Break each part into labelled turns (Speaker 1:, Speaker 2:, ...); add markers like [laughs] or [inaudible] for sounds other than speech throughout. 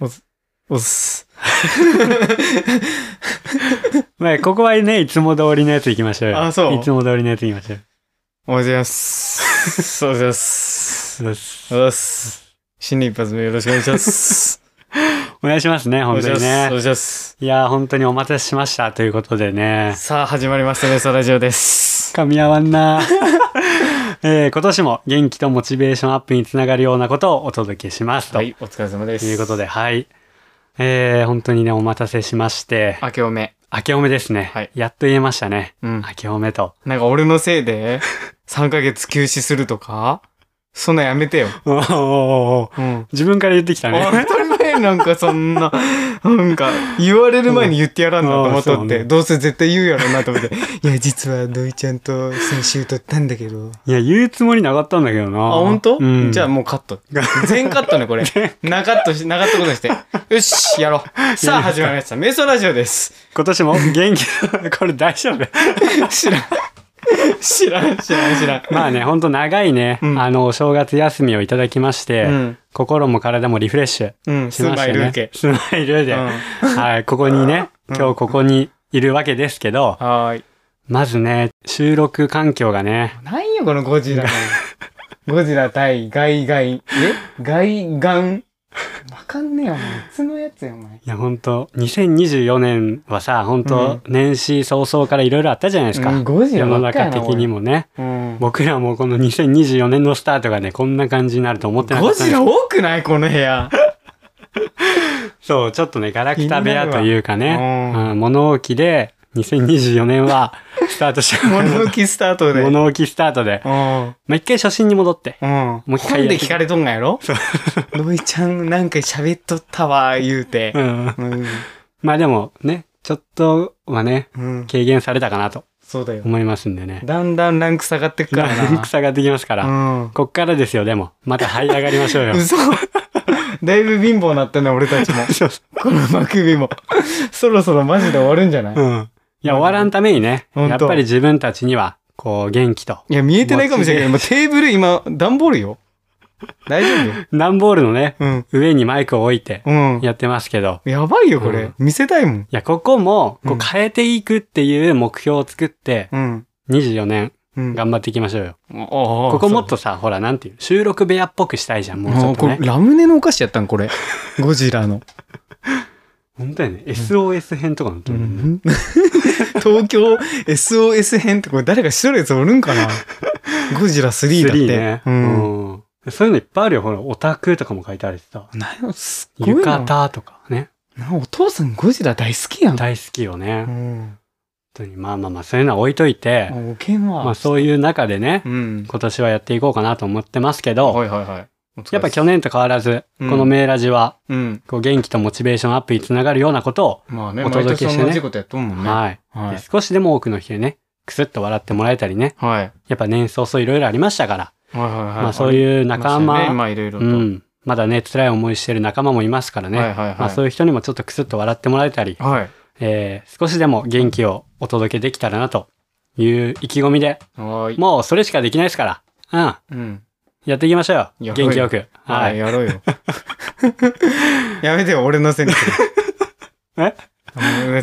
Speaker 1: おす。おす。
Speaker 2: まあ、ここはね、いつも通りのやつ行きましょうよ。
Speaker 1: あそう
Speaker 2: いつも通りのやつ行きましょう。
Speaker 1: おはようございます。おはようございます。
Speaker 2: そう
Speaker 1: おはよ
Speaker 2: です
Speaker 1: うございます。新年一発目よろしくお願いします。
Speaker 2: お願いしますね、
Speaker 1: お願
Speaker 2: 本
Speaker 1: いし
Speaker 2: 当
Speaker 1: ま
Speaker 2: に
Speaker 1: す。お願
Speaker 2: ね。
Speaker 1: いします。
Speaker 2: いやー、本当にお待たせしました。ということでね。
Speaker 1: さあ、始まりましたね、ソラジオです。
Speaker 2: 噛み合わん
Speaker 1: [laughs]
Speaker 2: な。えー今年も元気とモチベーションアップにつながるようなことをお届けします。と
Speaker 1: はい、お疲れ様です。
Speaker 2: いうことで、はい。えー本当にね、お待たせしまして、
Speaker 1: 明けおめ。
Speaker 2: 明けおめですね。
Speaker 1: はい
Speaker 2: やっと言えましたね。
Speaker 1: うん
Speaker 2: 明。けおめと。
Speaker 1: なんか俺のせいで、3ヶ月休止するとかそんなやめてよ。
Speaker 2: おーおーおー
Speaker 1: うん。
Speaker 2: 自分から言ってきた
Speaker 1: あ
Speaker 2: ね。
Speaker 1: 当たり前なんかそんな、なんか言われる前に言ってやらんなと思っと
Speaker 2: う
Speaker 1: っ
Speaker 2: んあーそう
Speaker 1: て、
Speaker 2: ね
Speaker 1: どうせ絶対言うやろなと思って、いや、実は土井ちゃんと先週撮ったんだけど。
Speaker 2: いや、言うつもりなかったんだけどな。
Speaker 1: あ、本当？
Speaker 2: うん。
Speaker 1: じゃあもうカッ
Speaker 2: [laughs]
Speaker 1: ト。全カットね、これ。なかっとし、なかったことにして。よし、やろう。さあ、始まりました。メソラジオです。
Speaker 2: 今年も [laughs] 元気、これ大丈夫 [laughs]
Speaker 1: 知らん。知らん、知らん、知らん。
Speaker 2: まあね、ほんと長いね、
Speaker 1: うん
Speaker 2: あの、お正月休みをいただきまして、
Speaker 1: うん
Speaker 2: 心も体もリフレッシュ
Speaker 1: うん、
Speaker 2: し
Speaker 1: スン
Speaker 2: まし
Speaker 1: バ
Speaker 2: て
Speaker 1: イルー
Speaker 2: ね
Speaker 1: ケ。。
Speaker 2: スマイルで、
Speaker 1: うん
Speaker 2: はい、ここにね、今日ここにいるわけですけど、
Speaker 1: はーい。
Speaker 2: まずね、収録環境がね、
Speaker 1: なんよ、このゴジラの。ゴジラ対外外、え外眼。わかんねえよ、お前。いつのやつよ、お前。
Speaker 2: いや、本当2024年はさ、本当年始早々からいろいろあったじゃないですか。
Speaker 1: うんゴジラ
Speaker 2: 世の
Speaker 1: ばっかや
Speaker 2: 中
Speaker 1: な
Speaker 2: 的にもね。
Speaker 1: うん。
Speaker 2: 僕らもこの2024年のスタートがね、こんな感じになると思ってなか
Speaker 1: ゴ
Speaker 2: ったん
Speaker 1: ジ
Speaker 2: です
Speaker 1: ラ多くないこの部
Speaker 2: [laughs]
Speaker 1: 屋。
Speaker 2: そう、ちょっとね、ガラクタ部屋というか
Speaker 1: 気にな
Speaker 2: ね
Speaker 1: る、わ
Speaker 2: うん物置で、2024年 [laughs] はスタートし
Speaker 1: 物置スタートで。
Speaker 2: 物置スタートで。
Speaker 1: うん。
Speaker 2: まあ、一回初心に戻って。
Speaker 1: うん。
Speaker 2: もう一回
Speaker 1: 本で聞かれとんがやろロイちゃんなんか喋っとったわ、言うて
Speaker 2: う。ん。
Speaker 1: うん。
Speaker 2: まあでもね、ちょっとはね、
Speaker 1: うん。
Speaker 2: 軽減されたかなと
Speaker 1: そうだよ。
Speaker 2: 思いますんでね。
Speaker 1: だんだんランク下がってくからな。
Speaker 2: ランク下がってきますから。
Speaker 1: うん。
Speaker 2: こっからですよ、でも。また這い上がりましょうよ。
Speaker 1: 嘘だいぶ貧乏なったね、俺たちも。
Speaker 2: [laughs] そうそ。
Speaker 1: この番組も。そろそろマジで終わるんじゃないう
Speaker 2: うん。いや、終わらんためにね、
Speaker 1: ほんと
Speaker 2: やっぱり自分たちには、こう、元気と。
Speaker 1: いや、見えてないかもしれないけど、もうテーブル今、段ボールよ。大丈夫よ。
Speaker 2: 段ボールのね、
Speaker 1: うん。
Speaker 2: 上にマイクを置いて、
Speaker 1: うん。
Speaker 2: やってますけど。
Speaker 1: やばいよ、これ。
Speaker 2: うん
Speaker 1: 見せたいもん。
Speaker 2: いや、ここも、
Speaker 1: う
Speaker 2: こうん変えていくっていう目標を作って、
Speaker 1: うん。
Speaker 2: 24年、
Speaker 1: うん。
Speaker 2: 頑張っていきましょうよ。
Speaker 1: こ
Speaker 2: ここもっとさ、ほら、なんていう、収録部屋っぽくしたいじゃん、もうちょ
Speaker 1: も
Speaker 2: っ
Speaker 1: う
Speaker 2: と
Speaker 1: これ
Speaker 2: ね。
Speaker 1: ラムネのお菓子やったんこれゴジラの、
Speaker 2: 本当やね。SOS 編とかの時にね、
Speaker 1: 東京 SOS 編ってこれ誰か知ってるやつおるんかなゴジラ3だって
Speaker 2: 3ね。
Speaker 1: うん、
Speaker 2: うんそういうのいっぱいあるよ。ほら、オタクとかも書いてあるしさ。
Speaker 1: なんやすごい
Speaker 2: 浴
Speaker 1: な
Speaker 2: 衣とかね。
Speaker 1: なお父さんゴジラ大好きやん、
Speaker 2: 大好きよね。
Speaker 1: う
Speaker 2: 本
Speaker 1: ん、
Speaker 2: 当に。まあまあまあ、そういうのは置いといて、
Speaker 1: おけんは、
Speaker 2: まあそういう中でね、
Speaker 1: うん
Speaker 2: 今年はやっていこうかなと思ってますけど、
Speaker 1: はいはいはいお疲れ
Speaker 2: やっぱ去
Speaker 1: 様
Speaker 2: 年と変わらず、
Speaker 1: う
Speaker 2: こ
Speaker 1: ん
Speaker 2: のメーラジは、
Speaker 1: うん
Speaker 2: こう元気とモチベーションアップにつながるようなことを、
Speaker 1: まあね
Speaker 2: お
Speaker 1: 毎
Speaker 2: 届けし
Speaker 1: 年
Speaker 2: てね
Speaker 1: そんな事故とやっとんもんねは
Speaker 2: はい。
Speaker 1: いは
Speaker 2: で
Speaker 1: い、
Speaker 2: 少しでも多くの人にね、くすっと笑ってもらえたりね、
Speaker 1: はい
Speaker 2: やっぱ年早々いろいろありましたから、
Speaker 1: はいはい
Speaker 2: まあそういう仲間、
Speaker 1: ありましたねまあいろいろと、
Speaker 2: うん、まだね、辛い思いしてる仲間もいますからね、
Speaker 1: はいはいはい
Speaker 2: まあそういう人にもちょっとくすっと笑ってもらえたり、
Speaker 1: はい
Speaker 2: えー少しでも元気をお届けできたらなという意気込みで、
Speaker 1: はーい
Speaker 2: もうそれしかできないですから、うん、
Speaker 1: うん
Speaker 2: やっていきましょう
Speaker 1: いや
Speaker 2: よ。元気よく。は
Speaker 1: はい、
Speaker 2: い。
Speaker 1: やろうよ。やめてよ、俺のせいにする。
Speaker 2: [laughs] え
Speaker 1: もうち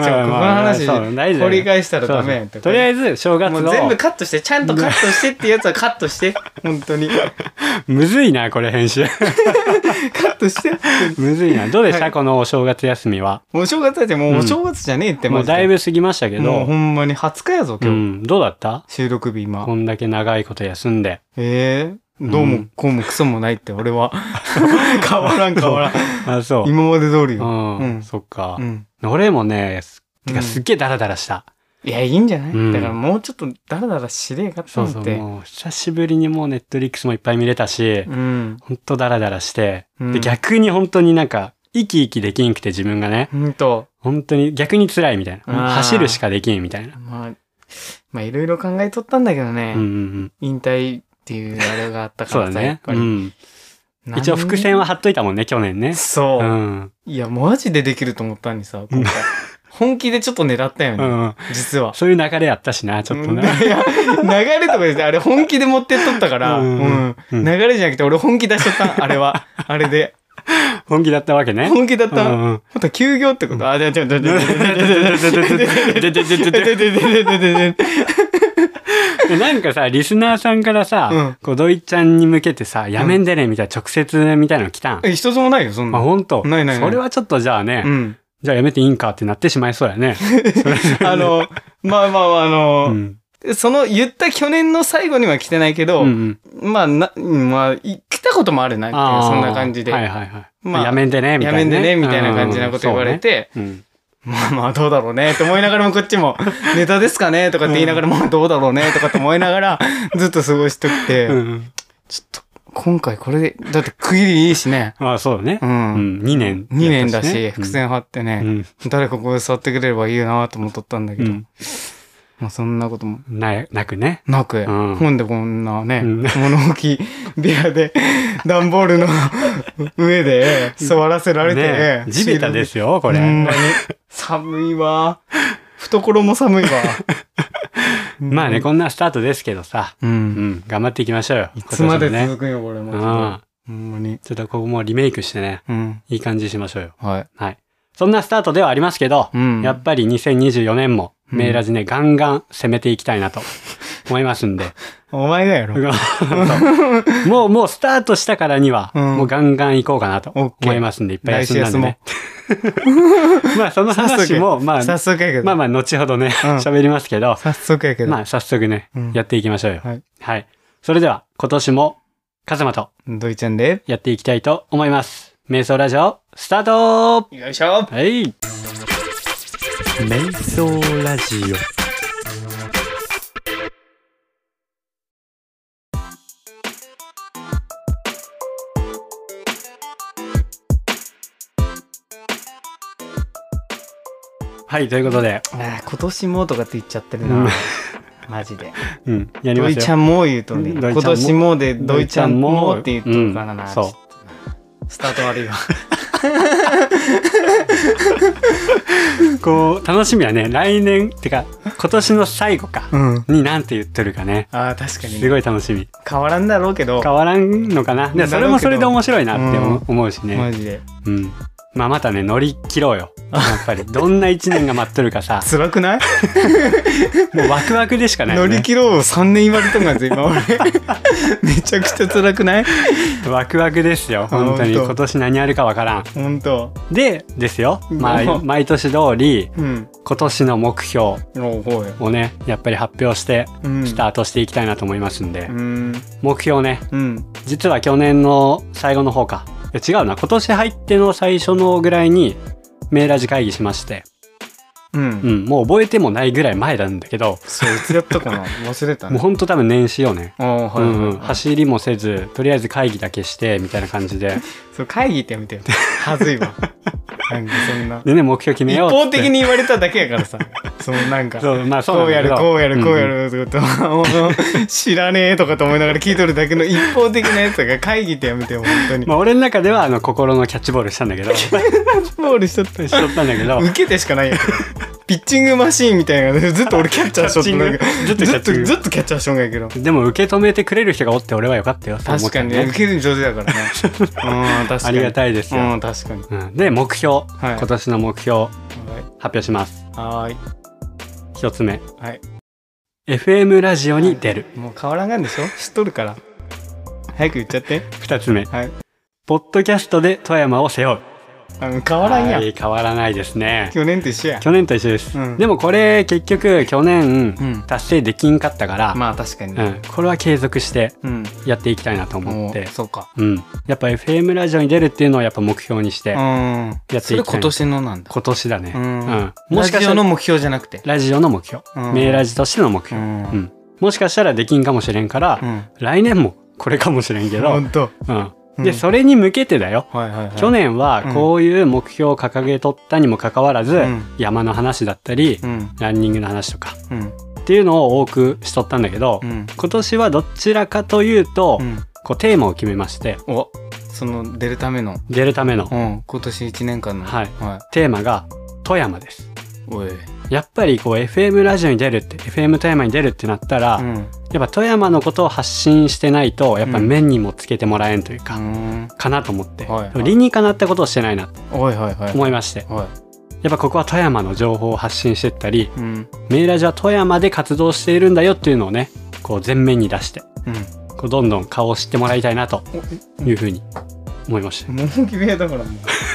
Speaker 1: ょこ
Speaker 2: まあ
Speaker 1: の
Speaker 2: まあ
Speaker 1: 話、
Speaker 2: そう大事だ
Speaker 1: 掘
Speaker 2: よ
Speaker 1: り返したらダメやん
Speaker 2: そうそうとりあ
Speaker 1: え
Speaker 2: えず、正月
Speaker 1: もう
Speaker 2: の、
Speaker 1: 全部カットして、ちゃんとカットしてってやつはカット
Speaker 2: [laughs]
Speaker 1: して。本当に。
Speaker 2: むずいな、これ編集。 [laughs]
Speaker 1: カットして。
Speaker 2: むずいな。どうでした、
Speaker 1: はい
Speaker 2: このお正月休みは。
Speaker 1: お正月だっても
Speaker 2: ん
Speaker 1: うお正月じゃねえって、
Speaker 2: も
Speaker 1: マ
Speaker 2: う
Speaker 1: ジで
Speaker 2: だいぶ過ぎましたけ
Speaker 1: もうほ
Speaker 2: ど、
Speaker 1: んまに20日やぞ、
Speaker 2: う
Speaker 1: 今日。
Speaker 2: ん、どうだった
Speaker 1: 収録日今。
Speaker 2: こんだけ長いこと休んで。
Speaker 1: ええどう
Speaker 2: う
Speaker 1: も
Speaker 2: ん
Speaker 1: こうもクソもないって、俺
Speaker 2: [laughs]
Speaker 1: は。変わらん変わらん。
Speaker 2: あ、そう。
Speaker 1: 今まで通り
Speaker 2: う
Speaker 1: よ。
Speaker 2: ん、
Speaker 1: うん
Speaker 2: そっか
Speaker 1: う。ん。
Speaker 2: 俺もね、すて
Speaker 1: う
Speaker 2: か
Speaker 1: ん
Speaker 2: すっげえダラダラした。
Speaker 1: いや、いいんじゃない、
Speaker 2: うん
Speaker 1: だからもうちょっとダラダラしれえかった
Speaker 2: そ
Speaker 1: ん
Speaker 2: う
Speaker 1: て。
Speaker 2: そう、もう久しぶりにもうネットリックスもいっぱい見れたし、
Speaker 1: うん。
Speaker 2: ほんとダラダラして、
Speaker 1: うん
Speaker 2: で、逆に本当になんか、生き生きできんくて自分がね、
Speaker 1: うんと、
Speaker 2: 本当に逆に辛いみたいな。
Speaker 1: あー
Speaker 2: 走るしかできんみたいな。
Speaker 1: まあ、まあいろいろ考えとったんだけどね、
Speaker 2: うんうんうん。
Speaker 1: 引退っていうあれがあったか
Speaker 2: そう
Speaker 1: ら
Speaker 2: だ
Speaker 1: さ、やっ
Speaker 2: ね。
Speaker 1: ぱ
Speaker 2: う
Speaker 1: り
Speaker 2: ん。
Speaker 1: 何
Speaker 2: 一応伏線は貼っといたもんね、去年ね。
Speaker 1: そうう、
Speaker 2: ん。
Speaker 1: いや、マジでできると思ったのにさ、今回。本気でちょっと狙ったよ
Speaker 2: う
Speaker 1: ね、
Speaker 2: ん。
Speaker 1: 実は。
Speaker 2: そういう流れやったしな、ちょっと
Speaker 1: うんい
Speaker 2: な。
Speaker 1: や流れとかですあれ本気で持ってっとったから、
Speaker 2: う
Speaker 1: うんん
Speaker 2: うん
Speaker 1: 流れじゃなくて俺本気出しとったんあれは。あれで。
Speaker 2: [laughs] 本気だったわけね。
Speaker 1: 本気だった
Speaker 2: うんうん
Speaker 1: また休業ってことあ、じゃあ、じゃあ、じゃあ、じゃあ、じゃあ、
Speaker 2: ででででででなんかさ、リスナーさんからさ、こう、ドイちゃんに向けてさ、やめんでね、みたいな直接みたいなの来たん。
Speaker 1: え、一つもないよ、そん
Speaker 2: あ、
Speaker 1: な。
Speaker 2: ほんと。
Speaker 1: ないないない
Speaker 2: それはちょっとじゃあね、
Speaker 1: うん。
Speaker 2: じゃあやめていいんかってなってしまいそうやね。
Speaker 1: あの、まあまあまあ、あ
Speaker 2: う
Speaker 1: の、
Speaker 2: ん。
Speaker 1: その言った去年の最後には来てないけ
Speaker 2: う
Speaker 1: ど、
Speaker 2: ん
Speaker 1: まあ、な、まあ、い来たこともあるなっていう、そんな感じで。
Speaker 2: はいはいはい。
Speaker 1: まあ
Speaker 2: やめんでね、みた
Speaker 1: や
Speaker 2: いな、
Speaker 1: めんでね、みたいな感じなこと言われて、
Speaker 2: うん。そうね
Speaker 1: まあまあどうだろうね、と思いながらもこっ
Speaker 2: [laughs]
Speaker 1: ちも、ネタですかねとかって言いながら、まあどうだろうね、とかって思いながら、ずっと過ごしとくて、
Speaker 2: うんうん。
Speaker 1: ちょっと、今回これで、だって区切りいいしね、
Speaker 2: まあそうだね
Speaker 1: う。。
Speaker 2: うんん。2年。
Speaker 1: 2年だし、
Speaker 2: うん
Speaker 1: 伏線張ってね、
Speaker 2: うん。
Speaker 1: 誰かここで座ってくれればいいなと思っとったんだけ
Speaker 2: う
Speaker 1: ど、
Speaker 2: ん。
Speaker 1: まあそんなことも
Speaker 2: な、なくね。
Speaker 1: なく、
Speaker 2: うん
Speaker 1: 本でこんなね、
Speaker 2: うん
Speaker 1: 物置部屋で、段ボールの上で座らせられて、
Speaker 2: ね地べたですよ、こ
Speaker 1: ほんま
Speaker 2: れ。
Speaker 1: に。寒いわ。懐も寒いわ。
Speaker 2: [laughs] まあね、こんなスタートですけどさ。
Speaker 1: う。
Speaker 2: うんん。頑張っていきましょうよ。
Speaker 1: いつまで
Speaker 2: 今年もね
Speaker 1: 続くんよ、これも。
Speaker 2: うん。
Speaker 1: ほんまに。
Speaker 2: ちょっとここもリメイクしてね、
Speaker 1: うん。
Speaker 2: いい感じにしましょうよ。
Speaker 1: はい。
Speaker 2: はい。そんなスタートではありますけど、
Speaker 1: うん。
Speaker 2: やっぱり2024年も
Speaker 1: うん
Speaker 2: メーラジね、ガンガン攻めていきたいなと思いま
Speaker 1: [laughs]
Speaker 2: すんで。
Speaker 1: お前がやろ。
Speaker 2: そうもう、もうスタートしたからには、
Speaker 1: うん
Speaker 2: もうガンガン行こうかなと
Speaker 1: オッケー
Speaker 2: 思いますんで、いっぱい
Speaker 1: 来週
Speaker 2: 休んだ
Speaker 1: 休も
Speaker 2: んでね。 [laughs] まあ、その
Speaker 1: う。
Speaker 2: 話も、まあ、
Speaker 1: 早速やけど。
Speaker 2: まあまあ、後ほどね、
Speaker 1: うん
Speaker 2: 喋、りますけど、
Speaker 1: 早速やけど。
Speaker 2: まあ、早速ね、
Speaker 1: うん
Speaker 2: やっていきましょうよ。
Speaker 1: はい。
Speaker 2: はい。それでは、今年も、カズマと
Speaker 1: ドイちゃんで。
Speaker 2: やっていきたいと思います。瞑想ラジオ、スタート
Speaker 1: よいしょ。
Speaker 2: はい。瞑想ラジオ。はい、ということで、
Speaker 1: あー今年もとかって言っちゃってる
Speaker 2: うん
Speaker 1: な。マジで。
Speaker 2: うん、やり
Speaker 1: ド
Speaker 2: ま
Speaker 1: イ
Speaker 2: す
Speaker 1: ち
Speaker 2: よ。
Speaker 1: ゃんも言うとね。
Speaker 2: ドイちゃんも
Speaker 1: 今年もで、ドイちゃんもって言っとるから
Speaker 2: うん
Speaker 1: な。
Speaker 2: そ
Speaker 1: スタート悪いわ。
Speaker 2: う。こう、楽しみはね、来年、ってか、今年の最後か、
Speaker 1: うん。
Speaker 2: になんて言ってるかね。
Speaker 1: ああ、確かに
Speaker 2: す
Speaker 1: ね。
Speaker 2: ごい楽しみ。
Speaker 1: 変わらんだろうけど。
Speaker 2: 変わらんのかな。で、それもそれで面白いなって思う思うしね。
Speaker 1: マジで。、
Speaker 2: うん。まあまたね、乗り切ろうよ。やっぱり。どんな一年が待っとるかさ
Speaker 1: 辛くない
Speaker 2: もうワクワクでしかない
Speaker 1: 乗
Speaker 2: よ
Speaker 1: り
Speaker 2: ね。
Speaker 1: 切ろう3年言われたんが
Speaker 2: [laughs]
Speaker 1: ぜ今俺めちゃくちゃ辛くない
Speaker 2: ワクワクですよ。本当に。
Speaker 1: 本当
Speaker 2: 今年何あるかわからん。
Speaker 1: ほんと
Speaker 2: で、ですよ。ま
Speaker 1: も
Speaker 2: あ、
Speaker 1: う
Speaker 2: 毎年通り、
Speaker 1: うん
Speaker 2: 今年の目標
Speaker 1: おうほうよ
Speaker 2: をね、やっぱり発表して、
Speaker 1: うん
Speaker 2: スタートしていきたいなと思いますんで
Speaker 1: う。ん
Speaker 2: 目標ね。
Speaker 1: うん
Speaker 2: 実は去年の最後の方か。いや違うな。今年入っての最初のぐらいに、メーラジ会議しまして。
Speaker 1: う
Speaker 2: うんん。もう覚えてもないぐらい前なんだけど、
Speaker 1: そういつやったか
Speaker 2: [laughs]
Speaker 1: な忘れた
Speaker 2: もう
Speaker 1: ね
Speaker 2: ほんと多分年始よね。
Speaker 1: ああは
Speaker 2: う
Speaker 1: い
Speaker 2: んう
Speaker 1: は
Speaker 2: ん、
Speaker 1: いはい
Speaker 2: 走りもせずとりあえず会議だけしてみたいな感じで
Speaker 1: そう会議ってやめてよはずいわなんかそん
Speaker 2: [laughs]
Speaker 1: な
Speaker 2: でね目標決め
Speaker 1: 一
Speaker 2: ようっつ
Speaker 1: 方
Speaker 2: って
Speaker 1: 的に言われただけやからさそのなんか
Speaker 2: そうまあそう
Speaker 1: こうやるこうやるこうや
Speaker 2: る、
Speaker 1: るとかと [laughs] もう知らねえとかと思いながら聞いとるだけの一方的なやつが会議ってやめてよ本当に
Speaker 2: まあ俺の中ではあの心のキャッチボールしたん
Speaker 1: [laughs]
Speaker 2: だけどしとっ
Speaker 1: ボールしちゃった
Speaker 2: たんだけど
Speaker 1: 受けてしかないやんピッチングマシーンみたいなのがずっと俺キャッチャーしとったんだけど
Speaker 2: ずっとキャ
Speaker 1: ずっ
Speaker 2: ッチ
Speaker 1: と
Speaker 2: ング
Speaker 1: ずっとキャッチャーしとんやけど
Speaker 2: でも受け止めてくれる人がおって俺はよかったよと思
Speaker 1: 確
Speaker 2: った
Speaker 1: か
Speaker 2: よ
Speaker 1: にね受ける上手だからねうん確かに
Speaker 2: ありがたいですよ、
Speaker 1: うん確かに
Speaker 2: うんで目標、
Speaker 1: い
Speaker 2: 今年の目標発表します
Speaker 1: はいはーい
Speaker 2: 一つ目
Speaker 1: はい
Speaker 2: FM ラジオに出る
Speaker 1: もう変わらんがんでしょ知っとるから早く言っちゃって
Speaker 2: 二つ目
Speaker 1: はい
Speaker 2: ポッドキャストで富山を背負う
Speaker 1: あの変わらんや
Speaker 2: は
Speaker 1: ん
Speaker 2: い変わらないですね
Speaker 1: 去年と一緒や
Speaker 2: 去年と一緒です、
Speaker 1: うん
Speaker 2: でもこれ結局去年
Speaker 1: うん
Speaker 2: 達成できんかったから、
Speaker 1: まあ確かに
Speaker 2: うん、これは継続して
Speaker 1: うん
Speaker 2: やっていきたいなと思
Speaker 1: も
Speaker 2: っ
Speaker 1: う
Speaker 2: て、
Speaker 1: そうか
Speaker 2: うん、やっぱ FM ラジオに出るっていうのをやっぱ目標にして、
Speaker 1: うん
Speaker 2: ていきたい
Speaker 1: それ今年のなんだ
Speaker 2: 今年だね、
Speaker 1: うん
Speaker 2: も
Speaker 1: も
Speaker 2: し
Speaker 1: し
Speaker 2: か
Speaker 1: かし
Speaker 2: し
Speaker 1: たたら
Speaker 2: ら
Speaker 1: 目標じゃなくて
Speaker 2: ラジオの目標、
Speaker 1: うん
Speaker 2: メーラジとしての目
Speaker 1: う
Speaker 2: 標、
Speaker 1: ん
Speaker 2: うんもしかしたらできんかもしれんから、
Speaker 1: うん
Speaker 2: 来年もこれかもしれんけど、
Speaker 1: 本当
Speaker 2: うん
Speaker 1: うん
Speaker 2: でそれに向けてだよ
Speaker 1: はいはいはい
Speaker 2: 去年はこういう目標を掲げとったにもかかわらず、
Speaker 1: うん
Speaker 2: 山の話だったり、
Speaker 1: うん
Speaker 2: ランニングの話とか
Speaker 1: うん
Speaker 2: っていうのを多くしとったんだけど、
Speaker 1: うん
Speaker 2: 今年はどちらかというと、
Speaker 1: うん
Speaker 2: こうテーマを決めまして
Speaker 1: おその出るための、
Speaker 2: 出るための
Speaker 1: うん、今年1年間の
Speaker 2: はい
Speaker 1: は
Speaker 2: テーマが富山です
Speaker 1: いおい
Speaker 2: やっぱりこう FM ラジオに出るって FM 富山に出るってなったら、
Speaker 1: うん
Speaker 2: ややっぱ富山のことを発信してないとやっぱ面にもつけてもらえんというか、
Speaker 1: ん。
Speaker 2: かなと思って、
Speaker 1: はいはい
Speaker 2: 理にかなったことをしてないなと
Speaker 1: おいはいはい。
Speaker 2: 思いまして、
Speaker 1: は
Speaker 2: やっぱここは富山の情報を発信してったり
Speaker 1: い。うん。
Speaker 2: メイラジは富山で活動しているんだよっていうのをねこう前面に出して
Speaker 1: う
Speaker 2: こうどんどん顔を知ってもらいたいなと
Speaker 1: ん。
Speaker 2: いうふうに思いました、
Speaker 1: 桃木部屋だからもう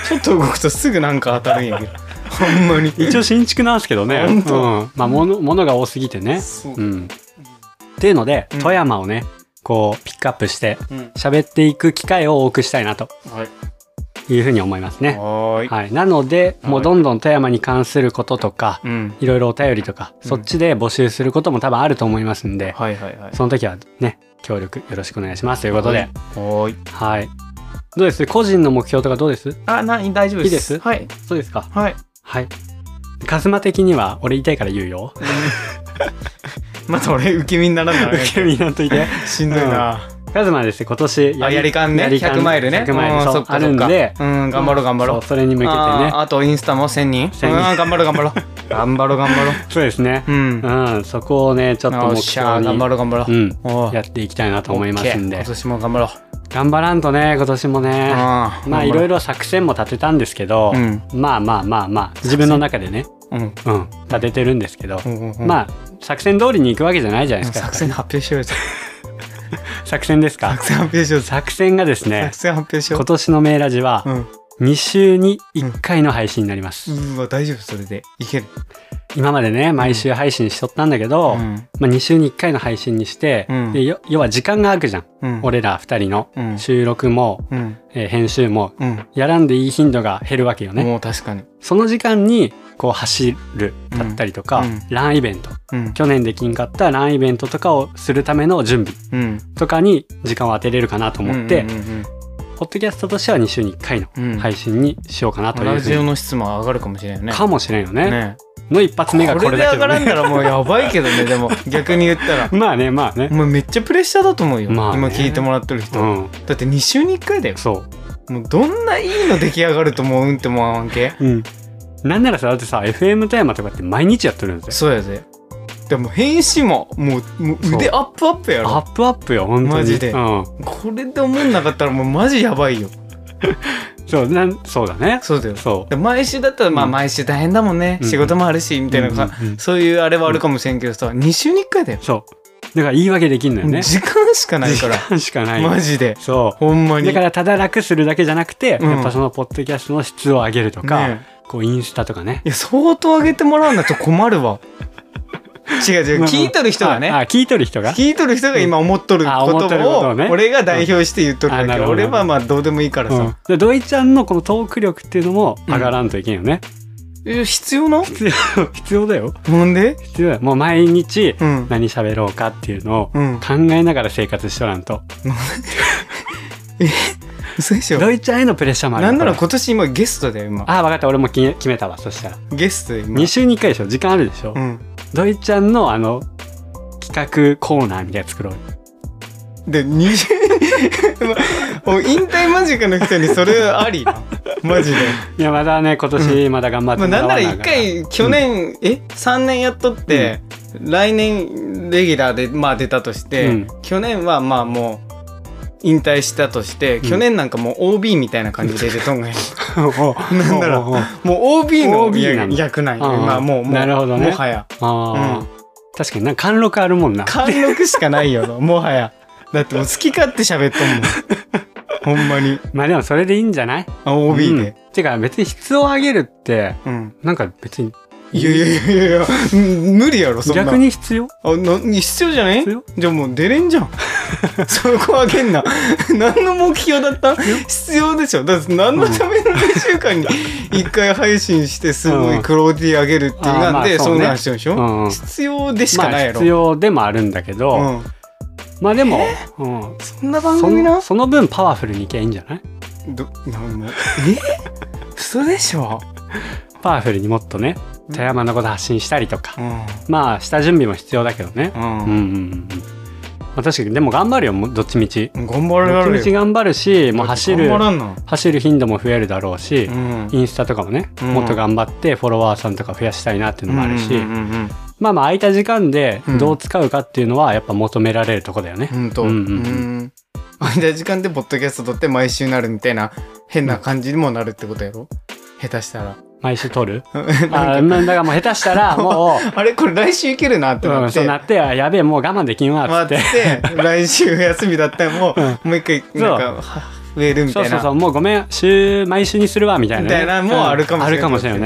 Speaker 1: ちょっと動くとすぐなんか当たるんや
Speaker 2: [laughs]
Speaker 1: けどほんまに
Speaker 2: 一応新築なんですけどね、
Speaker 1: あ
Speaker 2: う
Speaker 1: 本当
Speaker 2: んまあ、ものものが多すぎてね、
Speaker 1: そう
Speaker 2: う
Speaker 1: うん
Speaker 2: ん、っていうので、
Speaker 1: うん
Speaker 2: 富山をねこうピックアップして
Speaker 1: うん
Speaker 2: 喋っていく機会を多くしたいなと
Speaker 1: はい
Speaker 2: いうふうに思いますね。
Speaker 1: はーい
Speaker 2: はい、なので、
Speaker 1: はい
Speaker 2: もうどんどん富山に関することとか、
Speaker 1: うん
Speaker 2: いろいろお便りとか、
Speaker 1: うん
Speaker 2: そっちで募集することも多分あると思いますんで、
Speaker 1: はいはいはい
Speaker 2: その時はね、協力よろしくお願いしますということで、
Speaker 1: はーい
Speaker 2: はい。どうです個人の目標とかどうです
Speaker 1: あな大丈夫です
Speaker 2: いいです
Speaker 1: はい
Speaker 2: そうですか
Speaker 1: はい
Speaker 2: はい。カズマ的には、俺言いたいから言うよ。
Speaker 1: また俺受け身にならんな
Speaker 2: 受け身なんといて。
Speaker 1: しんどいな、
Speaker 2: カズマはですね、今年
Speaker 1: あやりかんね100マイルね
Speaker 2: 100マイル、
Speaker 1: うん
Speaker 2: そ
Speaker 1: そうっ、か
Speaker 2: あるんで、
Speaker 1: うん頑張ろう頑張ろう
Speaker 2: そうそれに向けてね
Speaker 1: あ。ーあとインスタも1000人
Speaker 2: 1000人
Speaker 1: うん頑張ろう頑張ろ
Speaker 2: [laughs]
Speaker 1: う頑張ろう頑張ろ
Speaker 2: そうですね
Speaker 1: う。うん
Speaker 2: うん、そこをね、ちょっと
Speaker 1: よ
Speaker 2: 目
Speaker 1: っしゃ
Speaker 2: 標
Speaker 1: ー頑張
Speaker 2: に、
Speaker 1: ろう頑張ろ
Speaker 2: う、
Speaker 1: うんおー
Speaker 2: やっていきたいなと思いますん
Speaker 1: オッケー
Speaker 2: で
Speaker 1: 今。年も頑張ろう
Speaker 2: 頑張らんとね、今年もね。
Speaker 1: あ
Speaker 2: まあいろい
Speaker 1: ろ
Speaker 2: ろ作戦も立てたんですけど、
Speaker 1: うん
Speaker 2: まあまあまあまあ自分の中でね、
Speaker 1: うん
Speaker 2: うん、立ててるんですけど、
Speaker 1: うんうん
Speaker 2: まあ作戦通りに行くわけじゃないじゃないですか
Speaker 1: 作戦発表しようよ
Speaker 2: 作戦ですか
Speaker 1: [laughs] 作戦発表しよう
Speaker 2: 作戦がですね
Speaker 1: 作戦発表しよ
Speaker 2: 今年のメーラジは
Speaker 1: ううん
Speaker 2: 2週に1回の配信になります、
Speaker 1: うわ大丈夫それでいける
Speaker 2: 今までね毎週配信しとったんだけど、
Speaker 1: うん
Speaker 2: まあ、2週に1回の配信にして、
Speaker 1: うん
Speaker 2: でよ要は時間が空くじゃん、
Speaker 1: うん
Speaker 2: 俺ら2人の
Speaker 1: うん
Speaker 2: 収録も、
Speaker 1: うん
Speaker 2: えー編集も
Speaker 1: うん
Speaker 2: やらんでいい頻度が減るわけよね、
Speaker 1: もう確かに
Speaker 2: その時間にこう走るだったりとか、
Speaker 1: うんうん
Speaker 2: ランイベント
Speaker 1: うん
Speaker 2: 去年できんかったランイベントとかをするための準備
Speaker 1: うん
Speaker 2: とかに時間を当てれるかなと思って、
Speaker 1: うんうん
Speaker 2: ポッドキャストとしては2週に1回の
Speaker 1: うんうん
Speaker 2: 配信にしようかなという
Speaker 1: ラ
Speaker 2: ふ
Speaker 1: ジ
Speaker 2: う
Speaker 1: オ
Speaker 2: に、
Speaker 1: の質も上がるかもしれんよね
Speaker 2: かもしれんよね
Speaker 1: ね
Speaker 2: の一発目がこ
Speaker 1: こ
Speaker 2: れ
Speaker 1: れで
Speaker 2: だけ
Speaker 1: 上
Speaker 2: ど
Speaker 1: がらん
Speaker 2: ね
Speaker 1: ならもうやばいけどねでも逆に言ったら
Speaker 2: まあねまあね
Speaker 1: もうめっちゃプレッシャーだと思うよ
Speaker 2: まあ
Speaker 1: 今
Speaker 2: ね
Speaker 1: 聞いてもらってる
Speaker 2: う
Speaker 1: 人
Speaker 2: ん
Speaker 1: だって2週に1回だよ
Speaker 2: そ
Speaker 1: もうどんないいの出来上がると思うんって思わんけ
Speaker 2: ううんなんならさだってさ FM 富山とかって毎日やってるんです
Speaker 1: そ
Speaker 2: よ
Speaker 1: うやででも編集ももうもう腕アップアップやろ
Speaker 2: アップアップよ本当に
Speaker 1: マジで
Speaker 2: うん、
Speaker 1: これで思んなかったらもうマジやばいよ
Speaker 2: そうなんそうだね
Speaker 1: そうだよ
Speaker 2: そ
Speaker 1: で毎週だったらまあ
Speaker 2: うん
Speaker 1: 毎週大変だもんね、
Speaker 2: うん
Speaker 1: 仕事もあるしみたいなさ、
Speaker 2: うんうんうん
Speaker 1: そういうあれはあるかもしれんけどさ2週に1回だよ
Speaker 2: う、そうだから言い訳できんのよね
Speaker 1: 時間しかない
Speaker 2: 時
Speaker 1: から
Speaker 2: 間しかない
Speaker 1: マジで
Speaker 2: そう
Speaker 1: ほんまに
Speaker 2: だからただ楽するだけじゃなくて、
Speaker 1: うん
Speaker 2: やっぱそのポッドキャストの質を上げるとか、
Speaker 1: ね
Speaker 2: こうインスタとかね
Speaker 1: いや相当上げてもらわないと困るわ違う違う
Speaker 2: まあ
Speaker 1: 聞いとる人がね、
Speaker 2: ああ聞いとる人が
Speaker 1: 聞いとる人が今思っとるこ
Speaker 2: あ思っ
Speaker 1: と
Speaker 2: とることを
Speaker 1: を
Speaker 2: ね
Speaker 1: 俺が代表して言っとる
Speaker 2: うん
Speaker 1: だ
Speaker 2: あな
Speaker 1: け
Speaker 2: るほど
Speaker 1: 俺はまあどうでもいいから
Speaker 2: うん
Speaker 1: さ、
Speaker 2: で土井ちゃんのこのトーク力っていうのも上がらんといけんよね、
Speaker 1: え必要な
Speaker 2: 必要必要だよ
Speaker 1: なんで
Speaker 2: 必要だよもう毎日
Speaker 1: うん
Speaker 2: 何喋ろうかっていうのを
Speaker 1: うん
Speaker 2: 考えながら生活しとらんと
Speaker 1: 嘘でしょ
Speaker 2: 土井ちゃんへのプレッシャーもある
Speaker 1: なんなら
Speaker 2: こ
Speaker 1: 今年今ゲストだよ今
Speaker 2: れあ分かった俺もき決めたわそしたら
Speaker 1: ゲスト今
Speaker 2: 2週に1回でしょ時間あるでしょ、
Speaker 1: うん
Speaker 2: 土井ちゃんのあの企画コーナーみたいなの作ろうよ
Speaker 1: で20 [laughs] もう引退間近の人にそれありなマジで、
Speaker 2: いやまだね今年まだ頑張って
Speaker 1: まあ、なんなら一
Speaker 2: から [laughs]
Speaker 1: 回去年、え3年やっとって、来年レギュラーでまあ出たとして、
Speaker 2: うん
Speaker 1: 去年はまあもう引退したとして、
Speaker 2: ん
Speaker 1: 去年なんかもう OB みたいな感じで出とんがや
Speaker 2: な
Speaker 1: なんだろう
Speaker 2: う。あ
Speaker 1: もう OB
Speaker 2: [laughs]
Speaker 1: の
Speaker 2: OB なんだ
Speaker 1: 役なんや
Speaker 2: ああ
Speaker 1: まあもうもう
Speaker 2: なるほどね
Speaker 1: もはや
Speaker 2: あ、
Speaker 1: うん
Speaker 2: 確かになんか貫禄あるもんな。
Speaker 1: 貫禄しかないよなもはやだってもう好き勝手喋っと
Speaker 2: [laughs]
Speaker 1: んもんほんまに
Speaker 2: まあでもそれでいいんじゃない
Speaker 1: あ OB で、
Speaker 2: うんてか別に質を上げるって、
Speaker 1: うん
Speaker 2: なんか別に。
Speaker 1: いやいやいやいや、うん無理やろ、そんな。
Speaker 2: 逆に必要
Speaker 1: あな必要じゃね
Speaker 2: 必要
Speaker 1: じゃあもう出れん
Speaker 2: [laughs]
Speaker 1: じゃん。そこあげんな。何の目標だった必要でしょ。だって何のための2週間に1回配信して、すご
Speaker 2: う
Speaker 1: い
Speaker 2: ん
Speaker 1: クローディ上げるっていう
Speaker 2: あーま
Speaker 1: なん
Speaker 2: あ
Speaker 1: で、
Speaker 2: そう
Speaker 1: そ
Speaker 2: ね
Speaker 1: んなんしてるでしょ、
Speaker 2: うんうん
Speaker 1: 必要でしかないや
Speaker 2: まあ
Speaker 1: ろ。
Speaker 2: 必要でもあるんだけど、
Speaker 1: うん、
Speaker 2: まあでも、うん
Speaker 1: そんな番
Speaker 2: そ
Speaker 1: 組な
Speaker 2: のその分パワフルにいけばいいんじゃない
Speaker 1: どなんもえ嘘でしょ、
Speaker 2: パワフルにもっとね、富山のこと発信したりとか
Speaker 1: う、ん
Speaker 2: まあ下準備も必要だけどね。うん
Speaker 1: う
Speaker 2: うん
Speaker 1: ん、
Speaker 2: うんうん。まあ確かに、でも頑張るよ、もうどっちみち。
Speaker 1: 頑張
Speaker 2: ど
Speaker 1: られ
Speaker 2: っちみ
Speaker 1: る
Speaker 2: ち
Speaker 1: よ。
Speaker 2: 頑張るし、もう走る
Speaker 1: 頑張、らんな。
Speaker 2: 走る頻度も増えるだろうし、
Speaker 1: うん
Speaker 2: インスタとかもね、
Speaker 1: うん
Speaker 2: もっと頑張ってフォロワーさんとか増やしたいなっていうのもあるし、
Speaker 1: うんうんうんうん
Speaker 2: まあまあ空いた時間でどう使うかっていうのはやっぱ求められるとこだよね。
Speaker 1: うん [laughs] と、う
Speaker 2: うんん
Speaker 1: う
Speaker 2: うんんうん
Speaker 1: 空いた時間でポッドキャスト撮って毎週なるみたいな変な感じにもなるってことやろ下手したら。 [laughs]
Speaker 2: 毎週撮る
Speaker 1: なんか
Speaker 2: あーまあだからもう下手し
Speaker 1: [laughs]
Speaker 2: たらもう
Speaker 1: あれこれ来週いけるなって
Speaker 2: う
Speaker 1: なっ
Speaker 2: ん、
Speaker 1: て、
Speaker 2: そうなって、あやべえ、もう我慢できんわ、つっ
Speaker 1: 待
Speaker 2: て。
Speaker 1: って来週休みだったらもう、もう一回なんかは増えるみた
Speaker 2: そう
Speaker 1: い
Speaker 2: そ
Speaker 1: な
Speaker 2: うそう、もうごめん、週、毎週にするわ、みたいなね、
Speaker 1: みたいなもうあるかもしれない、
Speaker 2: うんあるかもしれない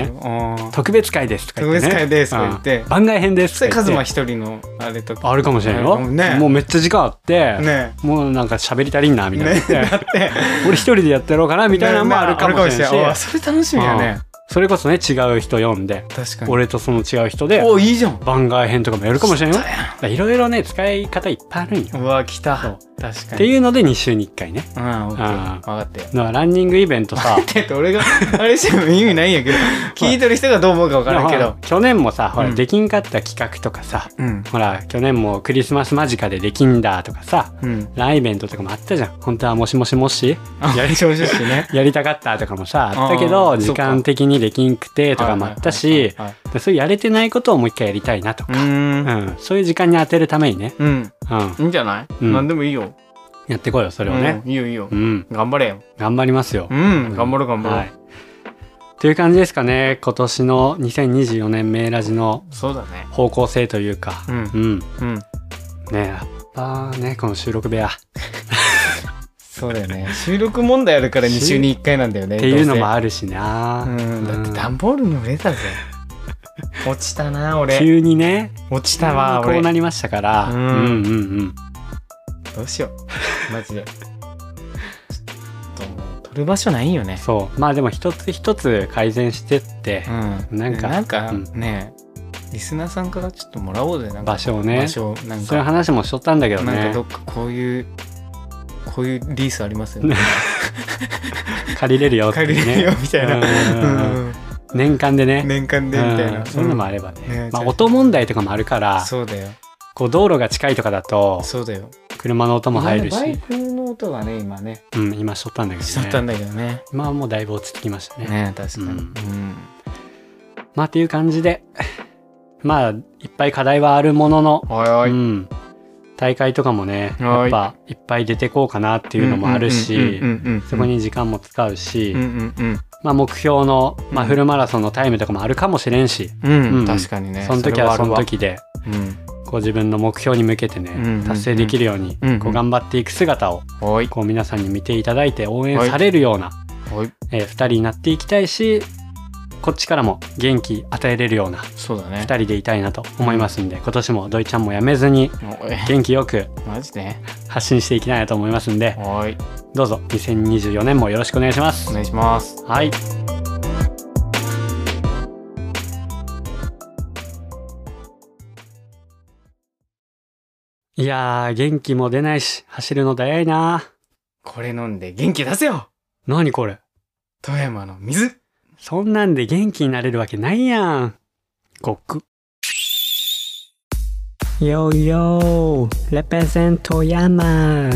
Speaker 2: よね。
Speaker 1: ね。
Speaker 2: 特別会ですとか言って、ね。
Speaker 1: 特別会ですとか言って
Speaker 2: うん番外編です
Speaker 1: そ
Speaker 2: と
Speaker 1: れ
Speaker 2: か言
Speaker 1: カ
Speaker 2: って。
Speaker 1: ズマ一人のあれとか。
Speaker 2: あるかもしれんよ。
Speaker 1: ね
Speaker 2: もうめっちゃ時間あって、
Speaker 1: ね
Speaker 2: もうなんか喋り足りんな、みたいな
Speaker 1: ね
Speaker 2: 言って。
Speaker 1: だって
Speaker 2: 俺一人でやってやろうかな、 [laughs] みたいなのもあるかもしれんし。
Speaker 1: ああそれ楽しみやね。
Speaker 2: うんそれこそね、違う人読んで、
Speaker 1: 確かに。
Speaker 2: 俺とその違う人で、
Speaker 1: おいいじゃん。
Speaker 2: 番外編とかもやるかもしれんよ。
Speaker 1: そ
Speaker 2: だ
Speaker 1: う
Speaker 2: からいろいろね、使い方いっぱいあるんよ。
Speaker 1: うわ来た。
Speaker 2: そ
Speaker 1: 確
Speaker 2: う
Speaker 1: かに。
Speaker 2: っていうので2週に1回ね。
Speaker 1: うん、オッケー。
Speaker 2: うん
Speaker 1: 分かったよ。
Speaker 2: だからランニングイベントさ、
Speaker 1: [laughs] だって俺があれしても意味ないんや
Speaker 2: [laughs]
Speaker 1: けど、聞いてる人がどう思うか分からんけ
Speaker 2: いやほ
Speaker 1: ど
Speaker 2: ら。去年もさほ
Speaker 1: う
Speaker 2: ら
Speaker 1: ん
Speaker 2: できんかった企画とかさ、
Speaker 1: うん。
Speaker 2: ほら去年もクリスマス間近でできんだとかさ
Speaker 1: うん。
Speaker 2: ライベントとかもあったじゃん本当はもしもしもし
Speaker 1: あやり少女誌
Speaker 2: [laughs]
Speaker 1: ね。
Speaker 2: やりたかったとかもさあったけ
Speaker 1: あ
Speaker 2: ど
Speaker 1: ー
Speaker 2: 時間的にできんくてとかもあったし
Speaker 1: はいはいはいはい
Speaker 2: でそういうやれてないことをもう一回やりたいなと
Speaker 1: う
Speaker 2: か、う
Speaker 1: ーん。
Speaker 2: んそういう時間に当てるためにね、
Speaker 1: うん。
Speaker 2: うん、
Speaker 1: いいんじゃない、
Speaker 2: うん
Speaker 1: 何でもいいよ。
Speaker 2: やってこいよそれをね、
Speaker 1: うんいいよいいよ
Speaker 2: う。ん
Speaker 1: 頑張れよ。
Speaker 2: 頑張りますよ
Speaker 1: う、ん。頑張ろう頑張ろう。
Speaker 2: はいという感じですかね今年の2024年メーラジの
Speaker 1: そうだね。
Speaker 2: 方向性というか、
Speaker 1: うん
Speaker 2: うん、
Speaker 1: うん。
Speaker 2: ねえやっぱねこの収録部屋っ
Speaker 1: そうだよね。収録問題あるから2週に1回なんだよね。
Speaker 2: ていうのも
Speaker 1: あ
Speaker 2: あるしな、
Speaker 1: うん。だって
Speaker 2: うん
Speaker 1: 段ボールの上だぜ。落ちたな、俺。
Speaker 2: 急にね
Speaker 1: 落ちたわ、
Speaker 2: 急にこ
Speaker 1: 俺
Speaker 2: う。なりましたから、
Speaker 1: う
Speaker 2: うんん、うんうん
Speaker 1: どうしよ [laughs] う。マジで。ちょっともう、取る場所ないよね。
Speaker 2: そうまあでも一つ一つ改善してって、
Speaker 1: うん。
Speaker 2: なんか
Speaker 1: なんか
Speaker 2: うん
Speaker 1: ね、リスナーさんからちょっともらおうぜ。なんか
Speaker 2: 場所をね
Speaker 1: 場所、なん
Speaker 2: そういう
Speaker 1: か、
Speaker 2: 話もしとったんだけど
Speaker 1: なんか
Speaker 2: ね
Speaker 1: どっかこういう、こういうリースありますよね。
Speaker 2: 借りれるよって
Speaker 1: 借
Speaker 2: いうね
Speaker 1: りれるよ、みたいな。
Speaker 2: うん
Speaker 1: うん
Speaker 2: 年間でね
Speaker 1: 年間で、みたいな。
Speaker 2: うんそういうのも
Speaker 1: う
Speaker 2: あればね,、
Speaker 1: ね
Speaker 2: まあ、音問題とかもあるか
Speaker 1: ん
Speaker 2: ら
Speaker 1: そうだよ。
Speaker 2: こう道路が近いとかだと
Speaker 1: そうだよ。
Speaker 2: 車の音も入るし、
Speaker 1: バイクの音がね、今ね、
Speaker 2: うん、今しとったんだけ
Speaker 1: しちゃった
Speaker 2: ど
Speaker 1: ん
Speaker 2: ね
Speaker 1: だけどね。
Speaker 2: 今はもうだいぶ落ち着きましたね
Speaker 1: ね確かに。
Speaker 2: うん
Speaker 1: うん
Speaker 2: まあっていう感じで、 [laughs] まあいっぱい課題はあるものの、
Speaker 1: はいは
Speaker 2: う
Speaker 1: い。
Speaker 2: ん、大会とかもね、
Speaker 1: は
Speaker 2: や
Speaker 1: い
Speaker 2: っぱいっぱい出てこうかなっていうのもあるし
Speaker 1: うん、うんうんうんうん、
Speaker 2: そこに時間も使うし、
Speaker 1: うんうんうん
Speaker 2: まあ目標の、まあ、
Speaker 1: うん
Speaker 2: フルマラソンのタイムとかもあるかもしれんし、
Speaker 1: うん
Speaker 2: うん
Speaker 1: 確かにね。
Speaker 2: その時はその時で、
Speaker 1: それはあるわ。
Speaker 2: こう自分の目標に向けてね、
Speaker 1: うんうんうん
Speaker 2: 達成できるように、
Speaker 1: うんうん
Speaker 2: こう頑張っていく姿を、
Speaker 1: うん。はい。
Speaker 2: こう皆さんに見ていただいて応援されるような、
Speaker 1: はい。
Speaker 2: え2人になっていきたいし、こっちからも元気与えれるような
Speaker 1: そうだ
Speaker 2: 2
Speaker 1: ね。
Speaker 2: 人でいたいなと思いますんで、今年も土井ちゃんもやめずに
Speaker 1: おい
Speaker 2: 元気よく
Speaker 1: マジで
Speaker 2: 発信していきたいなと思いますんで
Speaker 1: はい。
Speaker 2: どうぞ2024年もよろしくお願いしま
Speaker 1: お
Speaker 2: す。
Speaker 1: 願いします。
Speaker 2: はいいやー元気も出ないし走るのだやいな
Speaker 1: これ飲んで元気出せよ
Speaker 2: 何これ
Speaker 1: 富山の水
Speaker 2: そんなんで元気になれるわけないやん。ごっく。よーよー、レペゼント山。